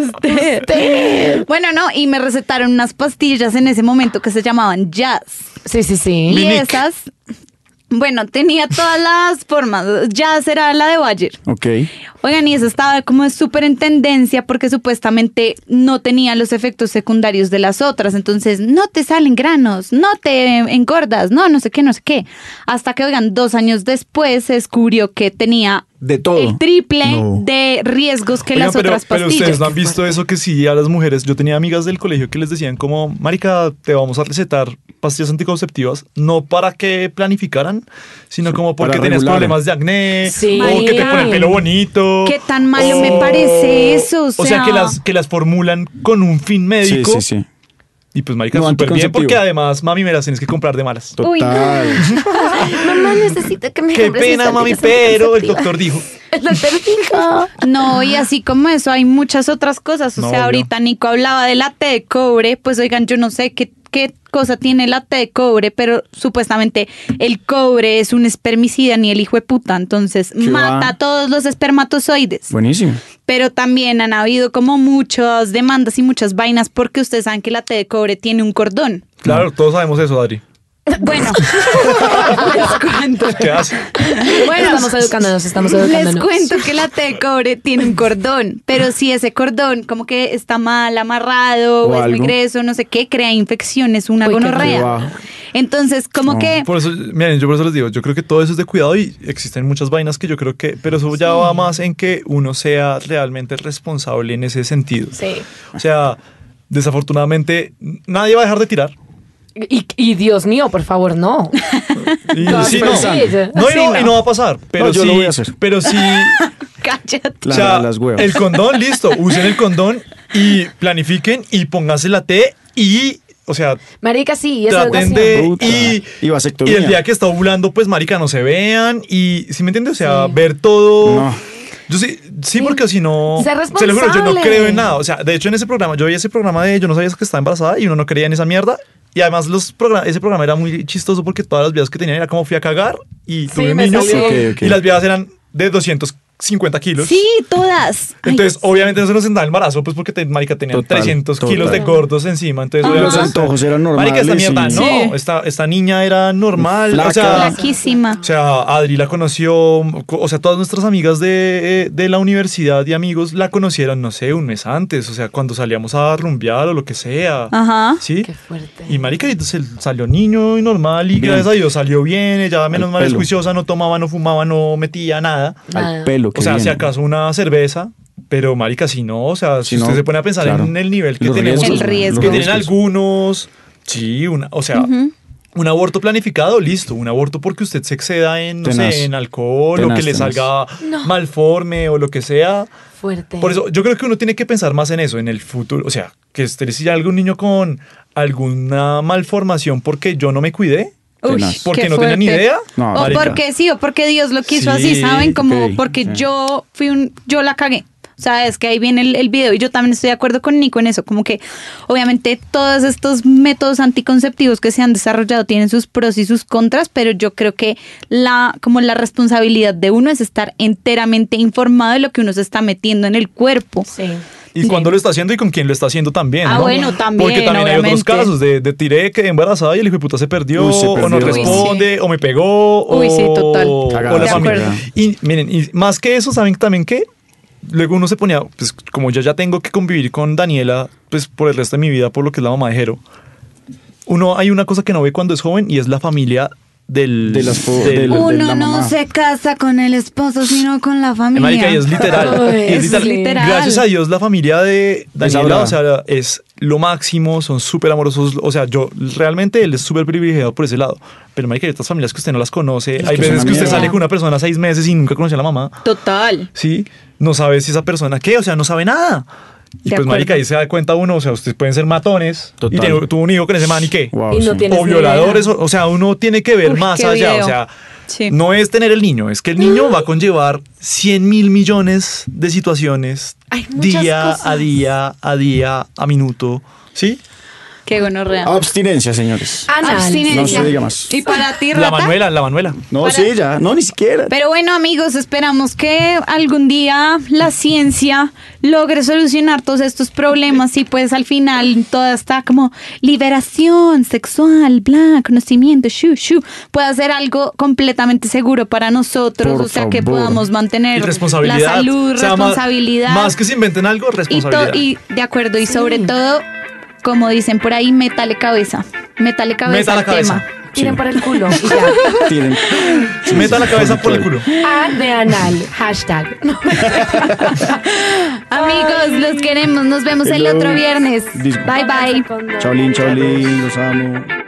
Speaker 5: Usted. Bueno, no, y me recetaron unas pastillas en ese momento que se llamaban jazz.
Speaker 4: Sí, sí, sí.
Speaker 5: Y
Speaker 6: Minic.
Speaker 5: esas, bueno, tenía todas las formas. Jazz era la de Bayer.
Speaker 3: Ok.
Speaker 5: Oigan, y eso estaba como súper en tendencia porque supuestamente no tenía los efectos secundarios de las otras. Entonces, no te salen granos, no te engordas, no, no sé qué, no sé qué. Hasta que, oigan, dos años después se descubrió que tenía
Speaker 3: De todo.
Speaker 5: el triple
Speaker 3: No.
Speaker 5: de riesgos que
Speaker 6: Oigan,
Speaker 5: las
Speaker 6: pero,
Speaker 5: otras
Speaker 6: pero
Speaker 5: pastillas.
Speaker 6: ustedes no han visto eso que sí a las mujeres. Yo tenía amigas del colegio que les decían como, marica, te vamos a recetar pastillas anticonceptivas, no para que planificaran, sino como porque
Speaker 3: Para
Speaker 6: tenías
Speaker 3: regular.
Speaker 6: problemas de acné,
Speaker 4: Sí.
Speaker 6: o que te pone el pelo bonito.
Speaker 5: Qué tan malo me parece eso, o
Speaker 6: O sea,
Speaker 5: sea.
Speaker 6: que, las, que las formulan con un fin
Speaker 3: Sí, sí,
Speaker 6: médico.
Speaker 3: sí.
Speaker 6: Y pues, marica,
Speaker 3: No,
Speaker 6: súper bien,
Speaker 3: anticonceptivo.
Speaker 6: porque además, mami, me las tienes que comprar de malas.
Speaker 5: Uy, no.
Speaker 3: Total.
Speaker 4: Mamá, necesito que me
Speaker 6: Qué
Speaker 4: compres
Speaker 6: pena,
Speaker 4: estas
Speaker 6: mami,
Speaker 4: pastillas
Speaker 6: pero el
Speaker 4: anticonceptivas.
Speaker 6: doctor dijo.
Speaker 4: El doctor dijo...
Speaker 5: No, y así como eso, hay muchas otras cosas. O
Speaker 6: No,
Speaker 5: sea,
Speaker 6: obvio.
Speaker 5: ahorita Nico hablaba de la T de cobre, pues oigan, yo no sé qué, qué cosa tiene la T de cobre, pero supuestamente el cobre es un espermicida ni el hijo de puta, entonces
Speaker 3: ¿Qué
Speaker 5: mata
Speaker 3: va?
Speaker 5: a todos los espermatozoides.
Speaker 3: Buenísimo.
Speaker 5: Pero también han habido como muchas demandas y muchas vainas porque ustedes saben que la T de cobre tiene un cordón.
Speaker 6: Claro, todos sabemos eso, Adri.
Speaker 5: Bueno, les cuento.
Speaker 6: ¿Qué hace?
Speaker 5: Bueno,
Speaker 4: estamos educándonos, estamos educándonos.
Speaker 5: Les cuento que la T de cobre tiene un cordón, pero si ese cordón como que está mal amarrado o,
Speaker 3: O
Speaker 5: es muy
Speaker 3: algo.
Speaker 5: grueso, no sé qué, crea infecciones, una
Speaker 4: Uy, qué
Speaker 3: guau.
Speaker 5: gonorrea. Entonces, como que
Speaker 6: Por eso, miren, yo por eso les digo, yo creo que todo eso es de cuidado y existen muchas vainas que yo creo que, pero eso ya va más en que uno sea realmente responsable en ese sentido.
Speaker 4: Sí.
Speaker 6: O sea, desafortunadamente nadie va a dejar de tirar.
Speaker 4: Y, y Dios mío, por favor, no.
Speaker 6: Y
Speaker 4: No,
Speaker 6: sí,
Speaker 3: sí,
Speaker 6: no.
Speaker 3: sí.
Speaker 6: No, y
Speaker 4: Sí,
Speaker 6: no,
Speaker 4: no.
Speaker 6: y no va a pasar. Pero
Speaker 3: yo
Speaker 6: sí,
Speaker 3: lo voy a hacer.
Speaker 6: Pero sí,
Speaker 5: cállate.
Speaker 3: La-
Speaker 6: o sea,
Speaker 3: las huevas.
Speaker 6: el condón, listo, usen el condón y planifiquen y pónganse la T y, o sea,
Speaker 4: Marica, sí, es
Speaker 6: traten
Speaker 4: educación.
Speaker 6: de
Speaker 3: Puta.
Speaker 6: y,
Speaker 3: Y vasectomía.
Speaker 6: y el día que está ovulando, pues marica, no se vean y si me entiendes, o sea, ver todo.
Speaker 3: No.
Speaker 6: Yo sí, sí, porque si no.
Speaker 4: Ser
Speaker 6: Se lo juro, yo no
Speaker 4: responsable.
Speaker 6: creo en nada. O sea, de hecho, en ese programa, yo vi ese programa de Yo no sabías que estaba embarazada y uno no creía en esa mierda. Y además, los progra- ese programa era muy chistoso porque todas las vidas que tenían era como fui a cagar y tuve un
Speaker 4: me
Speaker 6: niño.
Speaker 4: salió.
Speaker 3: Ok, ok.
Speaker 6: Y las vidas eran de 200 50 kilos.
Speaker 5: Sí, todas. Ay,
Speaker 6: Entonces, obviamente no se nos sentaba el embarazo, pues porque te- marica tenía
Speaker 3: Total,
Speaker 6: 300
Speaker 3: total.
Speaker 6: kilos de gordos encima. Entonces,
Speaker 5: Ah,
Speaker 3: Y los
Speaker 6: obviamente,
Speaker 3: antojos eran normales.
Speaker 6: Marica, esta mierda,
Speaker 3: y-
Speaker 6: no. Esta, esta niña era normal. O
Speaker 3: Flaca.
Speaker 6: sea,
Speaker 5: Flaquísima.
Speaker 6: o sea, Adri la conoció, o sea, todas nuestras amigas de, eh, de la universidad y amigos la conocieron, no sé, un mes antes, o sea, cuando salíamos a rumbear o lo que sea.
Speaker 5: Ajá.
Speaker 6: ¿Sí?
Speaker 4: Qué fuerte.
Speaker 6: Y marica, y entonces salió niño y normal y
Speaker 3: Bien.
Speaker 6: gracias a Dios salió bien, ella menos mal es
Speaker 3: pelo.
Speaker 6: juiciosa, no tomaba, no fumaba, no metía nada.
Speaker 5: Ah.
Speaker 4: Nada.
Speaker 3: Al pelo,
Speaker 6: O
Speaker 3: qué
Speaker 6: sea,
Speaker 3: bien.
Speaker 6: si acaso una cerveza, pero marica, si no, o sea,
Speaker 3: Si
Speaker 6: si,
Speaker 3: no,
Speaker 6: usted se pone a pensar
Speaker 3: claro.
Speaker 6: en el nivel que
Speaker 3: Los
Speaker 6: tenemos,
Speaker 5: riesgos, El riesgo.
Speaker 6: que
Speaker 5: los
Speaker 6: tienen
Speaker 3: riesgos.
Speaker 6: algunos, sí, una, o sea, un aborto planificado, listo, un aborto porque usted se exceda en, no
Speaker 3: Tenaz.
Speaker 6: sé, en alcohol o
Speaker 3: Tenaz,
Speaker 6: que le
Speaker 3: tenaz.
Speaker 6: salga malforme o lo que sea.
Speaker 4: Fuerte.
Speaker 6: Por eso yo creo que uno tiene que pensar más en eso, en el futuro, o sea, que esté si hay algún niño con alguna malformación porque yo no me cuidé,
Speaker 5: Uy,
Speaker 3: Tenaz.
Speaker 6: porque
Speaker 5: qué
Speaker 6: no tenía ni
Speaker 5: fuerte.
Speaker 6: idea.
Speaker 3: No,
Speaker 5: o
Speaker 3: marica.
Speaker 5: porque sí, o porque Dios lo quiso
Speaker 6: Sí,
Speaker 5: así, ¿saben? Como
Speaker 3: ok,
Speaker 5: porque
Speaker 3: sí.
Speaker 5: yo fui un, yo la cagué. O sea, es que ahí viene el, el video y yo también estoy de acuerdo con Nico en eso, como que obviamente todos estos métodos anticonceptivos que se han desarrollado tienen sus pros y sus contras, pero yo creo que la como la responsabilidad de uno es estar enteramente informado de lo que uno se está metiendo en el cuerpo.
Speaker 4: Sí.
Speaker 6: Y cuándo lo está haciendo y con quién lo está haciendo también.
Speaker 5: Ah,
Speaker 6: ¿no?
Speaker 5: bueno, también,
Speaker 6: Porque también hay otros
Speaker 5: obviamente.
Speaker 6: casos de, de tiré, quedé embarazada y el hijo de puta se perdió,
Speaker 3: Uy, se
Speaker 6: o no
Speaker 3: perdió. Uy,
Speaker 6: responde,
Speaker 5: sí.
Speaker 6: o me pegó,
Speaker 5: Uy,
Speaker 6: o,
Speaker 5: sí, total.
Speaker 6: o
Speaker 3: Cagada,
Speaker 6: la
Speaker 5: de
Speaker 6: familia.
Speaker 5: acuerdo.
Speaker 6: Y miren, y más que eso, ¿saben también que Luego uno se ponía, pues como yo ya tengo que convivir con Daniela, pues por el resto de mi vida, por lo que es la mamá de Jero. Uno, hay una cosa que no ve cuando es joven y es la familia del...
Speaker 3: De las fo- del-
Speaker 6: del-
Speaker 3: de la
Speaker 5: Uno no
Speaker 3: mamá.
Speaker 5: se casa con el esposo, sino con la familia.
Speaker 6: Eh, Marica, y es literal.
Speaker 4: Uy,
Speaker 6: y
Speaker 4: sí.
Speaker 6: es literal.
Speaker 5: Literal.
Speaker 6: Gracias a Dios, la familia de Daniela,
Speaker 3: brava.
Speaker 6: o sea, es lo máximo, son súper amorosos. O sea, yo realmente él es súper privilegiado por ese lado. Pero, Marica, hay otras familias que usted no las conoce. hay
Speaker 3: que son
Speaker 6: veces
Speaker 3: una
Speaker 6: que usted
Speaker 3: mierda.
Speaker 6: sale con una persona seis meses y nunca conoce a la mamá.
Speaker 5: Total.
Speaker 6: ¿Sí? No sabe si esa persona qué, o sea, no sabe nada. Y
Speaker 5: De
Speaker 6: pues,
Speaker 5: acuerdo.
Speaker 6: Marica, ahí se da cuenta uno, o sea, ustedes pueden ser matones.
Speaker 3: Total.
Speaker 6: Y tiene- tuvo un hijo con ese man y qué
Speaker 3: Wow,
Speaker 4: Y no
Speaker 3: sí.
Speaker 4: tiene-
Speaker 6: o
Speaker 4: Tienes ni
Speaker 6: violadores,
Speaker 4: idea.
Speaker 6: o, o sea, uno tiene que ver
Speaker 5: Uy,
Speaker 6: más
Speaker 5: qué
Speaker 6: allá,
Speaker 5: video.
Speaker 6: o sea,
Speaker 5: Sí.
Speaker 6: no es tener el niño, es que el niño va a conllevar 100 mil millones de situaciones
Speaker 4: Hay muchas
Speaker 6: día a
Speaker 4: cosas.
Speaker 6: día, a día, a minuto, ¿sí?
Speaker 5: Qué gonorrea.
Speaker 3: Abstinencia, señores. No se diga más.
Speaker 5: Ah, Y para ti,
Speaker 6: La
Speaker 5: Rata.
Speaker 6: Manuela, la Manuela.
Speaker 3: No, sí, ya. No, ni siquiera.
Speaker 5: Pero bueno, amigos, esperamos que algún día la ciencia logre solucionar todos estos problemas y pues al final toda esta como liberación sexual, bla, conocimiento, shu, shu, pueda ser algo completamente seguro para nosotros,
Speaker 3: Por
Speaker 5: o sea, que
Speaker 3: favor.
Speaker 5: podamos
Speaker 6: Y
Speaker 5: mantener
Speaker 6: responsabilidad.
Speaker 5: la salud,
Speaker 6: O sea, más-
Speaker 5: responsabilidad.
Speaker 6: Más, que se inventen algo,
Speaker 5: Y, to-
Speaker 6: responsabilidad.
Speaker 5: y de acuerdo, y sobre todo, como dicen por ahí, métale cabeza. Métale cabeza
Speaker 6: Meta
Speaker 5: al
Speaker 6: la cabeza.
Speaker 5: tema.
Speaker 4: Tiren por el culo. y ya.
Speaker 3: Tienen-
Speaker 6: Meta la cabeza por el culo.
Speaker 4: A de anal. Hashtag.
Speaker 5: Amigos, los queremos. Nos vemos el
Speaker 3: Hello.
Speaker 5: otro viernes.
Speaker 3: Dis-
Speaker 5: Bye bye.
Speaker 3: Chaolín, chaolín, los amo.